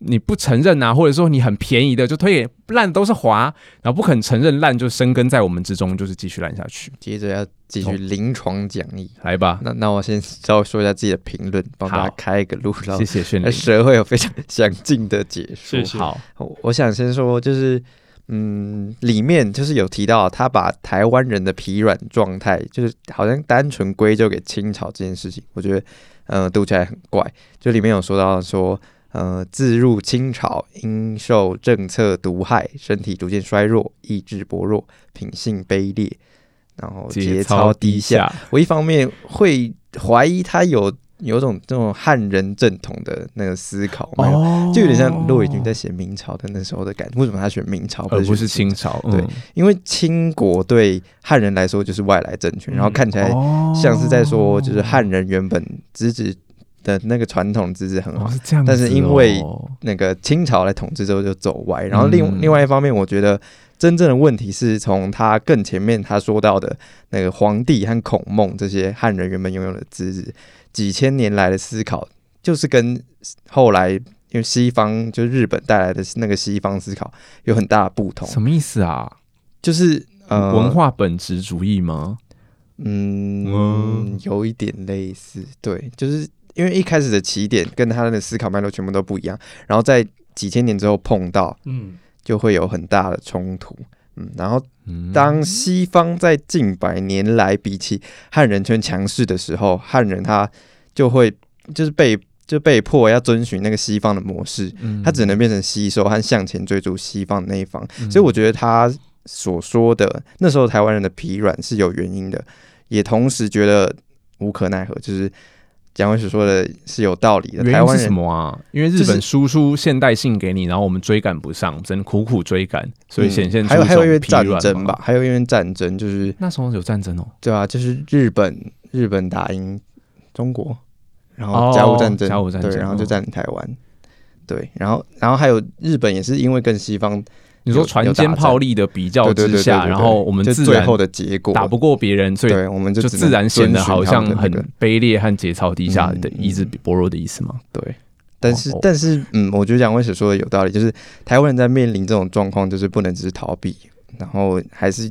Speaker 3: 你不承认啊，或者说你很便宜的就推给烂都是华，然后不肯承认烂就生根在我们之中，就是继续烂下去。
Speaker 2: 接着要继续
Speaker 3: 好
Speaker 2: 临床讲义。
Speaker 3: 来吧，
Speaker 2: 那那我先稍微说一下自己的评论，帮大
Speaker 3: 好哎
Speaker 2: 家开一个路，然后
Speaker 3: 谢谢 炫灵。
Speaker 2: 而蛇会有非常详尽的解说。
Speaker 1: 谢谢
Speaker 3: 好，
Speaker 2: 我我想先说，就是嗯，里面就是有提到他把台湾人的疲软状态，就是好像单纯归咎给清朝这件事情，我觉得呃读起来很怪。就里面有说到说。呃，自入清朝，因受政策毒害，身体逐渐衰弱，意志薄弱，品性卑劣，然后节操低下，，我一方面会怀疑他有有种这种汉人正统的那个思考嘛，
Speaker 3: 哦
Speaker 2: 就有点像骆以军在写明朝的那时候的感觉。为什么他选明朝，
Speaker 3: 呃而不
Speaker 2: 选
Speaker 3: 是清？朝，
Speaker 2: 对因为清国对汉人来说就是外来政权，
Speaker 1: 嗯
Speaker 2: 然后看起来
Speaker 3: 哦
Speaker 2: 哎像是在说，就是汉人原本资质的那个传统资质很好
Speaker 3: 哦，是这样子哦，
Speaker 2: 但是因为那个清朝来统治之后就走歪。然后另、
Speaker 3: 嗯
Speaker 2: 另外一方面，我觉得真正的问题是从他更前面他说到的那个皇帝和孔孟这些汉人原本拥有的资质，几千年来的思考，就是跟后来因为西方就是日本带来的那个西方思考有很大的不同，
Speaker 3: 什么意思啊？
Speaker 2: 就是呃
Speaker 3: 文，化本质主义吗？
Speaker 2: 嗯，有一点类似，对，就是因为一开始的起点跟他的思考脉络全部都不一样，然后在几千年之后碰到。
Speaker 1: 嗯，
Speaker 2: 就会有很大的冲突。嗯，然后
Speaker 3: 嗯
Speaker 2: 当西方在近百年来比起汉人圈强势的时候，汉人他就会就是被就被迫要遵循那个西方的模式，
Speaker 3: 嗯
Speaker 2: 他只能变成吸收和向前追逐西方的那一方。
Speaker 3: 嗯
Speaker 2: 所以我觉得他所说的那时候台湾人的疲软是有原因的，也同时觉得无可奈何，就是蒋委所说的是有道理的。
Speaker 3: 原
Speaker 2: 台
Speaker 3: 因
Speaker 2: 湾
Speaker 3: 是什
Speaker 2: 人
Speaker 3: 么啊？因为日
Speaker 2: 就是
Speaker 3: 本输出现代性给你，然后我们追赶不上，只能苦苦追赶，所以显现
Speaker 2: 嗯
Speaker 3: 出
Speaker 2: 还有还有
Speaker 3: 一
Speaker 2: 因
Speaker 3: 种
Speaker 2: 为
Speaker 3: 疲
Speaker 2: 战
Speaker 3: 软
Speaker 2: 争
Speaker 3: 嘛
Speaker 2: 吧，。还有因为战争就是
Speaker 3: 那时候有战争哦，
Speaker 2: 对啊，就是日本日本打赢中国，然后甲午战争，
Speaker 3: 哦甲午战争
Speaker 2: 对，然后就
Speaker 3: 嗯
Speaker 2: 占领台湾，对，然后然后还有日本也是因为跟西方
Speaker 3: 你说船坚炮利的比较
Speaker 2: 对对对
Speaker 3: 之
Speaker 2: 对
Speaker 3: 下，
Speaker 2: 对
Speaker 3: 然后我们
Speaker 2: 就
Speaker 3: 自
Speaker 2: 最
Speaker 3: 然
Speaker 2: 后的结果
Speaker 3: 打不过别人，所以
Speaker 2: 对，我们
Speaker 3: 就
Speaker 2: 只能
Speaker 3: 自然显得好像
Speaker 2: 遵循他
Speaker 3: 很
Speaker 2: 们的那个
Speaker 3: 卑劣和节操低下的
Speaker 2: 嗯嗯
Speaker 3: 意志薄弱的意思吗？
Speaker 2: 对。但是
Speaker 3: 哦，
Speaker 2: 但是，嗯，我觉得蒋卫所说的有道理，就是台湾人在面临这种状况，就是不能只是逃避，然后还是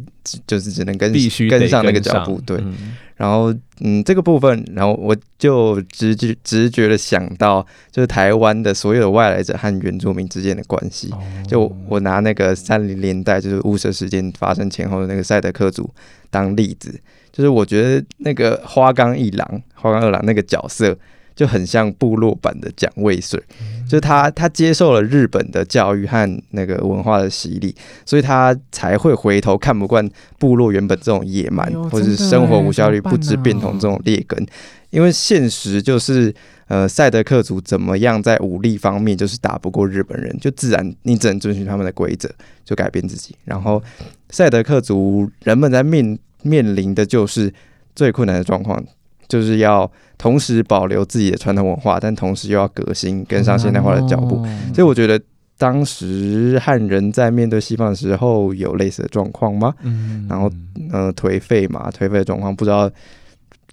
Speaker 2: 就是只能跟
Speaker 3: 必须得
Speaker 2: 跟上那个
Speaker 3: 跟
Speaker 2: 脚步，对，
Speaker 3: 嗯
Speaker 2: 然后，嗯，这个部分，然后我就直觉直觉的想到，就是台湾的所有的外来者和原住民之间的关系。就我拿那个三零年代，就是雾社事件发生前后的那个赛德克族当例子，就是我觉得那个花岗一郎、花岗二郎那个角色就很像部落版的蒋渭水，
Speaker 3: 嗯
Speaker 2: 就是他他接受了日本的教育和那个文化的洗礼，所以他才会回头看不惯部落原本这种野蛮
Speaker 3: 哎呦
Speaker 2: 或者是
Speaker 3: 真的
Speaker 2: 生活
Speaker 3: 欸
Speaker 2: 无效率、
Speaker 3: 怎么办
Speaker 2: 不知变通这种劣根，因为现实就是。呃，赛德克族怎么样在武力方面就是打不过日本人，就自然你只能遵循他们的规则，就改变自己。然后，赛德克族人们在面面临的就是最困难的状况，就是要同时保留自己的传统文化，但同时又要革新，跟上现代化的脚步。
Speaker 3: 好难哦
Speaker 2: 所以我觉得，当时汉人在面对西方的时候有类似的状况吗？
Speaker 3: 嗯
Speaker 2: 然后呃，颓废嘛，颓废的状况不知道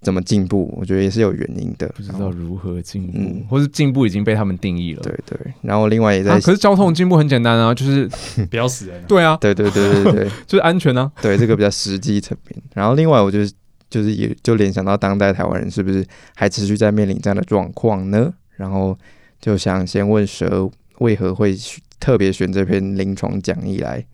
Speaker 2: 怎么进步，我觉得也是有原因的。
Speaker 3: 不知
Speaker 2: 然
Speaker 3: 道
Speaker 2: 后
Speaker 3: 如何进步，
Speaker 2: 嗯
Speaker 3: 或是进步已经被他们定义了。
Speaker 2: 对对，然后另外也在、
Speaker 3: 啊，可是交通进步很简单啊，就是
Speaker 1: 不要死人啊，
Speaker 3: 对啊，
Speaker 2: 对对对对对。
Speaker 3: 就是安全啊。
Speaker 2: 对，这个比较实际层面。然后另外，我就是就是也就联想到当代台湾人是不是还持续在面临这样的状况呢？然后就想先问蛇为何会选特别选这篇临床讲义来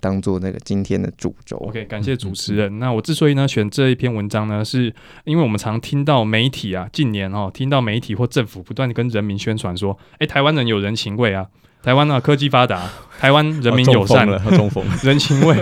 Speaker 2: 当做那个今天的主轴。
Speaker 1: OK，感谢主持
Speaker 3: 嗯
Speaker 1: 人。那我之所以呢选这一篇文章呢，是因为我们常听到媒体啊，近年哦，听到媒体或政府不断的跟人民宣传说，哎、台湾人有人情味啊，台湾啊科技发 达，台湾人民友善，
Speaker 3: 他啊哦中风，
Speaker 1: 人情 味，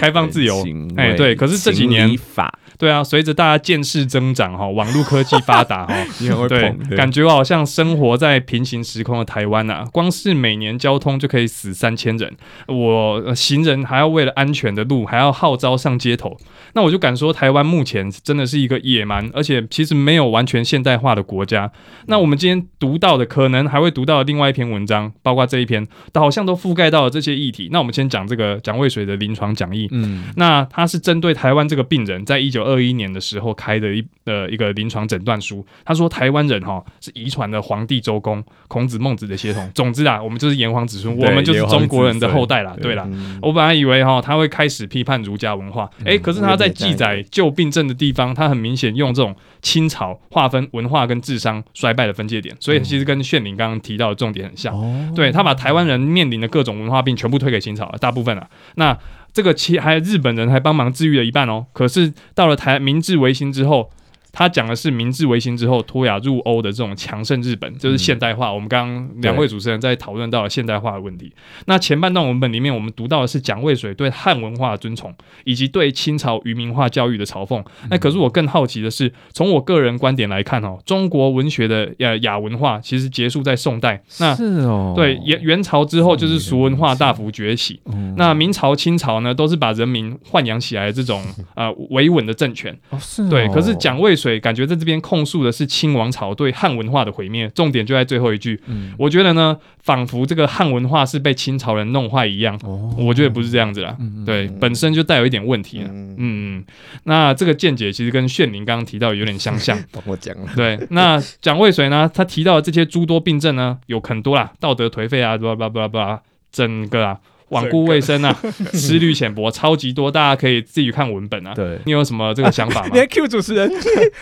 Speaker 1: 开放自由。哎对可是这几年
Speaker 3: 法
Speaker 1: 对啊，随着大家见识增长哈、哦，网络科技发达哈、哦，
Speaker 3: 你很会
Speaker 1: 对，感觉好像生活在平行时空的台湾啊，光是每年交通就可以死三千人，我呃行人还要为了安全的路还要号召上街头，那我就敢说台湾目前真的是一个野蛮，而且其实没有完全现代化的国家。那我们今天读到的，可能还会读到另外一篇文章，包括这一篇，好像都覆盖到了这些议题。那我们先讲这个蒋渭水的临床讲义，
Speaker 3: 嗯，
Speaker 1: 那它是针对台湾这个病人，在一九二一年的时候开的一呃一个临床诊断书。他说台湾人哈是遗传了皇帝周公、孔子、孟子的血统。总之啊，我们就是炎黄子孙，
Speaker 3: 对
Speaker 1: 我们就是中国人的
Speaker 3: 炎黄子孙
Speaker 1: 后代啦。对啦，
Speaker 2: 嗯
Speaker 1: 我本来以为哈他会开始批判儒家文化，诶，可是他在记载旧病症的地方，他很明显用这种清朝划分文化跟智商衰败的分界点，所以其实跟炫灵刚刚提到的重点很像。
Speaker 3: 哦，
Speaker 1: 对他把台湾人面临的各种文化病全部推给清朝了，大部分啊。那这个其还有日本人还帮忙治愈了一半哦。可是到了台明治维新之后，他讲的是明治维新之后脱亚入欧的这种强盛日本，
Speaker 3: 嗯
Speaker 1: 就是现代化。我们刚刚两位主持人在讨论到了现代化的问题。那前半段文本里面，我们读到的是蒋渭水对汉文化的尊崇，以及对清朝渔民化教育的嘲讽。
Speaker 3: 嗯
Speaker 1: 那可是我更好奇的是，从我个人观点来看哦，中国文学的呃亚文化其实结束在宋代。那
Speaker 3: 是哦，
Speaker 1: 对，元元朝之后就是俗文化大幅崛起。
Speaker 3: 嗯
Speaker 1: 那明朝、清朝呢，都是把人民豢养起来的这 种呃维稳的政权。
Speaker 3: 哦是哦，
Speaker 1: 对，可是蒋渭水感觉在这边控诉的是清王朝对汉文化的毁灭，重点就在最后一句。
Speaker 3: 嗯
Speaker 1: 我觉得呢，仿佛这个汉文化是被清朝人弄坏一样。
Speaker 3: 哦，
Speaker 1: 我觉得不是这样子啦，
Speaker 3: 嗯
Speaker 1: 对，本身就带有一点问题了。
Speaker 2: 嗯，
Speaker 1: 嗯，那这个见解其实跟炫灵刚刚提到的有点相 像。
Speaker 2: 帮我讲了。
Speaker 1: 对，那蒋渭水呢？他提到的这些诸多病症呢，有很多啦，道德颓废啊，巴拉巴拉巴拉，整个啊，罔顾卫生啊，思虑浅薄，超级多，大家可以自己看文本啊。
Speaker 3: 对。
Speaker 1: 你有什么这个想法吗
Speaker 3: 你？还 Q 主持人，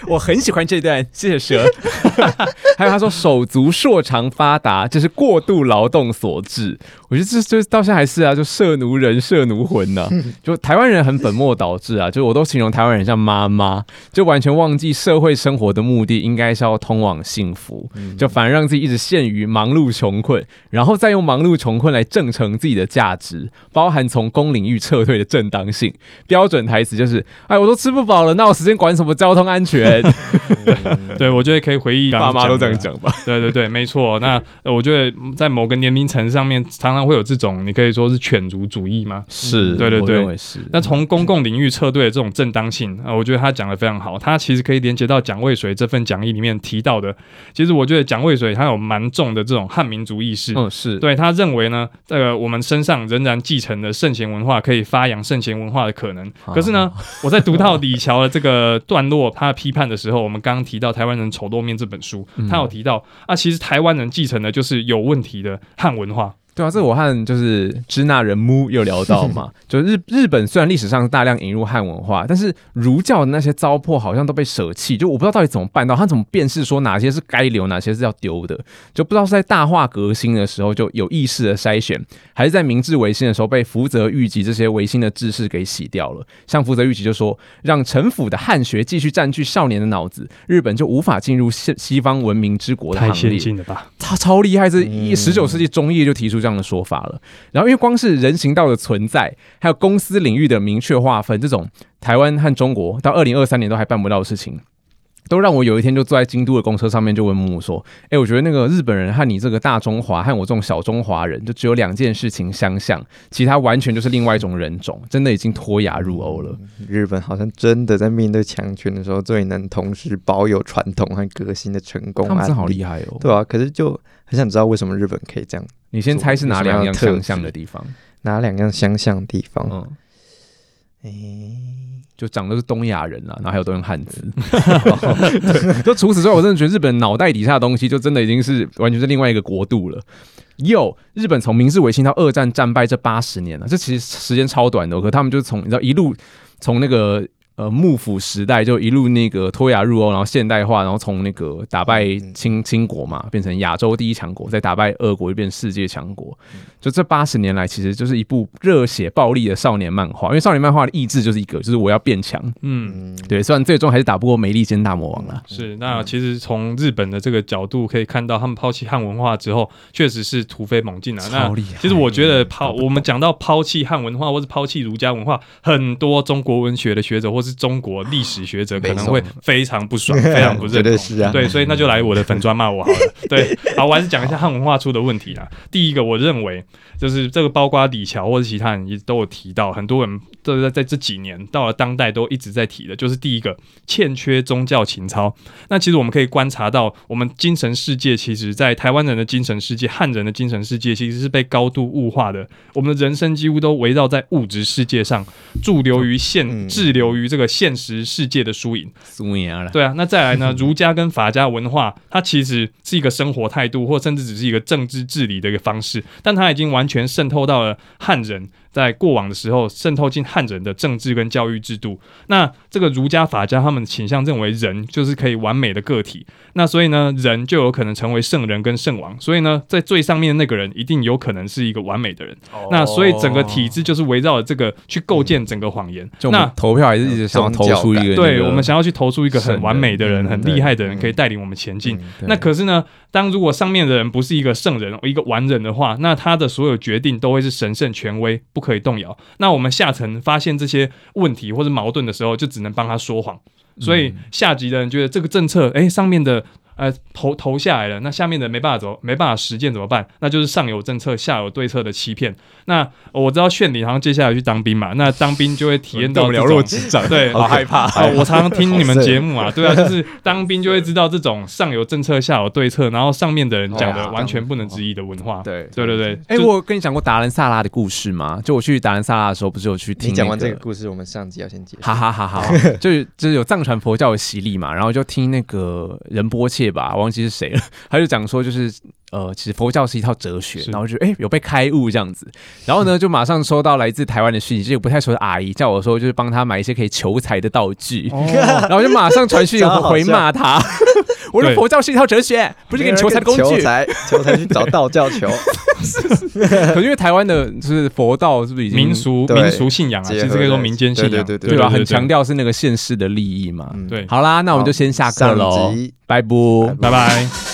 Speaker 3: 我很喜欢这段，谢谢蛇。还有他说手足硕长发达，这是过度劳动所致。我觉得这这到现在还是啊，就社奴人社奴魂呢、就台湾人很本末倒置啊，就我都形容台湾人像妈妈，就完全忘记社会生活的目的应该是要通往幸福，就反而让自己一直陷于忙碌穷困，然后再用忙碌穷困来证成自己的价值，包含从公领域撤退的正当性。标准台词就是：“哎，我都吃不饱了，那我时间管什么交通安 全
Speaker 1: 对，我觉得可以回忆？”刚
Speaker 3: 爸
Speaker 1: 刚
Speaker 3: 妈都
Speaker 1: 讲
Speaker 3: 这样
Speaker 1: 的。
Speaker 3: 讲吧。
Speaker 1: 对对对，没错。那呃我觉得在某个年龄层上面，常常会有这种，你可以说是犬儒主义吗？
Speaker 3: 是
Speaker 1: 对对对
Speaker 3: 我认为是。
Speaker 1: 那从公共领域撤退的这种正当性啊、呃我觉得他讲的非常好。他其实可以连接到蒋渭水这份讲义里面提到的。其实我觉得蒋渭水他有蛮重的这种汉民族意识。
Speaker 3: 嗯是，
Speaker 1: 对他认为呢，这个我们身上仍然继承了圣贤文化，可以发扬圣贤文化的可能。
Speaker 3: 啊
Speaker 1: 可是呢，我在读到李乔的这个段落，他的批判的时候，我们刚刚提到《台湾人丑陋面》这本书，
Speaker 3: 嗯
Speaker 1: 他有提到啊，其实台湾人继承的就是有问题的汉文化。
Speaker 3: 对啊，这我和就是支那人木有聊到嘛，就日日本虽然历史上大量引入汉文化，但是儒教的那些糟粕好像都被舍弃，就我不知道到底怎么办到，他怎么辨识说哪些是该留，哪些是要丢的，就不知道是在大化革新的时候就有意识的筛选，还是在明治维新的时候被福泽谕吉这些维新的志士给洗掉了。像福泽谕吉就说，让城府的汉学继续占据少年的脑子，日本就无法进入西西方文明之国的行列。
Speaker 1: 了吧！
Speaker 3: 他超厉害，是一
Speaker 2: 嗯
Speaker 3: 十九世纪中叶就提出这样的说法了。然后，因为光是人行道的存在，还有公司领域的明确划分，这种台湾和中国到二零二三年都还办不到的事情，都让我有一天就坐在京都的公车上面，就问木木说：“哎、我觉得那个日本人和你这个大中华和我这种小中华人，就只有两件事情相像，其他完全就是另外一种人种，真的已经脱牙入欧了。
Speaker 2: 日本好像真的在面对强权的时候，最能同时保有传统和革新的成功
Speaker 3: 他们
Speaker 2: 案
Speaker 3: 真好
Speaker 2: 例，
Speaker 3: 厉害哦！
Speaker 2: 对啊，可是就很想知道为什么日本可以这样，
Speaker 3: 你先猜是哪两样
Speaker 2: 做
Speaker 3: 相
Speaker 2: 为什么要特
Speaker 3: 像的
Speaker 2: 指
Speaker 3: 地方？
Speaker 2: 哪两样相像的地方？
Speaker 3: 嗯，
Speaker 2: 诶
Speaker 3: 就长得是东亚人啊啦，然后还有都用汉字。对 就除此之外，我真的觉得日本脑袋底下的东西，就真的已经是完全是另外一个国度了。有日本从明治维新到二战啊战败这八十年了，这其实时间超短的哦，可他们就是从你知道一路从那个。呃幕府时代就一路那个脱亚入欧，然后现代化，然后从那个打败清清国嘛，变成亚洲第一强国，再打败俄国，就变世界强国。就这八十年来，其实就是一部热血暴力的少年漫画，因为少年漫画的意志就是一个，就是我要变强。
Speaker 1: 嗯，
Speaker 2: 嗯，
Speaker 3: 对，虽然最终还是打不过美利坚大魔王啦。
Speaker 1: 是。
Speaker 3: 嗯
Speaker 1: 那其实从日本的这个角度可以看到，他们抛弃汉文化之后，确实是突飞猛进啊。那
Speaker 3: 超厉害嗯
Speaker 1: 其实我觉得抛我们讲到抛弃汉文化或是抛弃儒家文化，很多中国文学的学者或是中国历史学者可能会非常不 爽，非常不认
Speaker 2: 绝
Speaker 1: 同
Speaker 2: 对。是啊，
Speaker 1: 对，所以那就来我的粉砖骂我好 了。对，好，我还是讲一下汉文化出的问题啦。第一个，我认为就是这个，包括李乔或者其他人也都有提到，很多人都在在这几年到了当代都一直在提的，就是第一个欠缺宗教情操。那其实我们可以观察到，我们精神世界其实，在台湾人的精神世界、汉人的精神世界，其实是被高度物化的。我们的人生几乎都围绕在物质世界上，驻留于现
Speaker 2: 嗯
Speaker 1: 滞留于这个现实世界的输赢。
Speaker 3: 苏联了，
Speaker 1: 对啊，那再来 呢？儒家跟法家文化，它其实是一个生活态度，或甚至只是一个政治治理的一个方式，但它已经完全渗透到了汉人，在过往的时候渗透进汉人的政治跟教育制度。那这个儒家、法家他们倾向认为人就是可以完美的个体，那所以呢，人就有可能成为圣人跟圣王，所以呢，在最上面的那个人一定有可能是一个完美的人。
Speaker 3: 哦
Speaker 1: 那所以整个体制就是围绕着这个去构建整个谎言。
Speaker 3: 就我
Speaker 1: 那
Speaker 3: 们投票还是一直想要投出一个那个，
Speaker 1: 对我们想要去投出一个很完美的人、
Speaker 3: 圣人
Speaker 1: 很
Speaker 3: 嗯
Speaker 1: 厉害的人，
Speaker 2: 对
Speaker 1: 可以带领我们前进。
Speaker 3: 对
Speaker 1: 那可是呢，当如果上面的人不是一个圣人、一个完人的话，那他的所有决定都会是神圣、权威，不可以动摇。那我们下层发现这些问题或者矛盾的时候，就只能帮他说谎。
Speaker 3: 嗯
Speaker 1: 所以下级的人觉得这个政策，哎，上面的。呃，投投下来了，那下面的没办法走，没办法实践怎么办？那就是上有政策，下有对策的欺骗。那我知道炫礼好像接下来去当兵嘛，那当兵就会体验到
Speaker 3: 动不
Speaker 1: 这
Speaker 3: 了
Speaker 1: 种
Speaker 3: 若指掌，
Speaker 1: 对
Speaker 3: 好害怕。
Speaker 1: 哦，我常常听你们
Speaker 2: 好色
Speaker 1: 节目啊，对啊，就是当兵就会知道这种上有政策，下有对策，然后上面的人讲
Speaker 3: 对
Speaker 1: 的
Speaker 3: 啊
Speaker 1: 完全不能质疑的文化。
Speaker 3: 对
Speaker 1: 对对对，
Speaker 3: 哎、
Speaker 1: 就
Speaker 3: 我有跟你讲过达兰萨拉的故事吗？就我去达兰萨拉的时候，不是有去听、
Speaker 2: 你讲完这
Speaker 3: 个
Speaker 2: 个故事，我们上集要先结束。
Speaker 3: 哈哈哈哈，就是就是有藏传佛教的洗礼嘛，然后就听那个仁波切吧，忘记是谁了， 他就讲说就是呃，其实佛教是一套哲学
Speaker 1: 是，
Speaker 3: 然后就哎、诶有被开悟这样子，然后呢就马上收到来自台湾的讯息，这个不太熟的阿姨叫我说就是帮她买一些可以求财的道具，
Speaker 1: 哦
Speaker 2: 哎
Speaker 3: 然后就马上传讯
Speaker 2: 超好笑
Speaker 3: 回骂她，我说
Speaker 1: 对
Speaker 3: 佛教是一套哲学，不是给你求财 的工
Speaker 2: 求
Speaker 3: 具，
Speaker 2: 财，求财去找道 教求，
Speaker 3: 可是因为台湾的就是佛道是不是已经
Speaker 1: 民俗
Speaker 2: 对
Speaker 1: 民俗信仰啊，其
Speaker 2: 结合
Speaker 1: 实可以说
Speaker 2: 在
Speaker 1: 民间信仰，
Speaker 2: 对对对
Speaker 3: 对吧？很强
Speaker 1: 调。
Speaker 3: 调是那个现世的利益嘛。
Speaker 2: 嗯
Speaker 1: 对，
Speaker 3: 好啦，那我们就先下课
Speaker 2: 上
Speaker 3: 喽，
Speaker 2: 集
Speaker 3: 拜拜。
Speaker 1: 拜拜。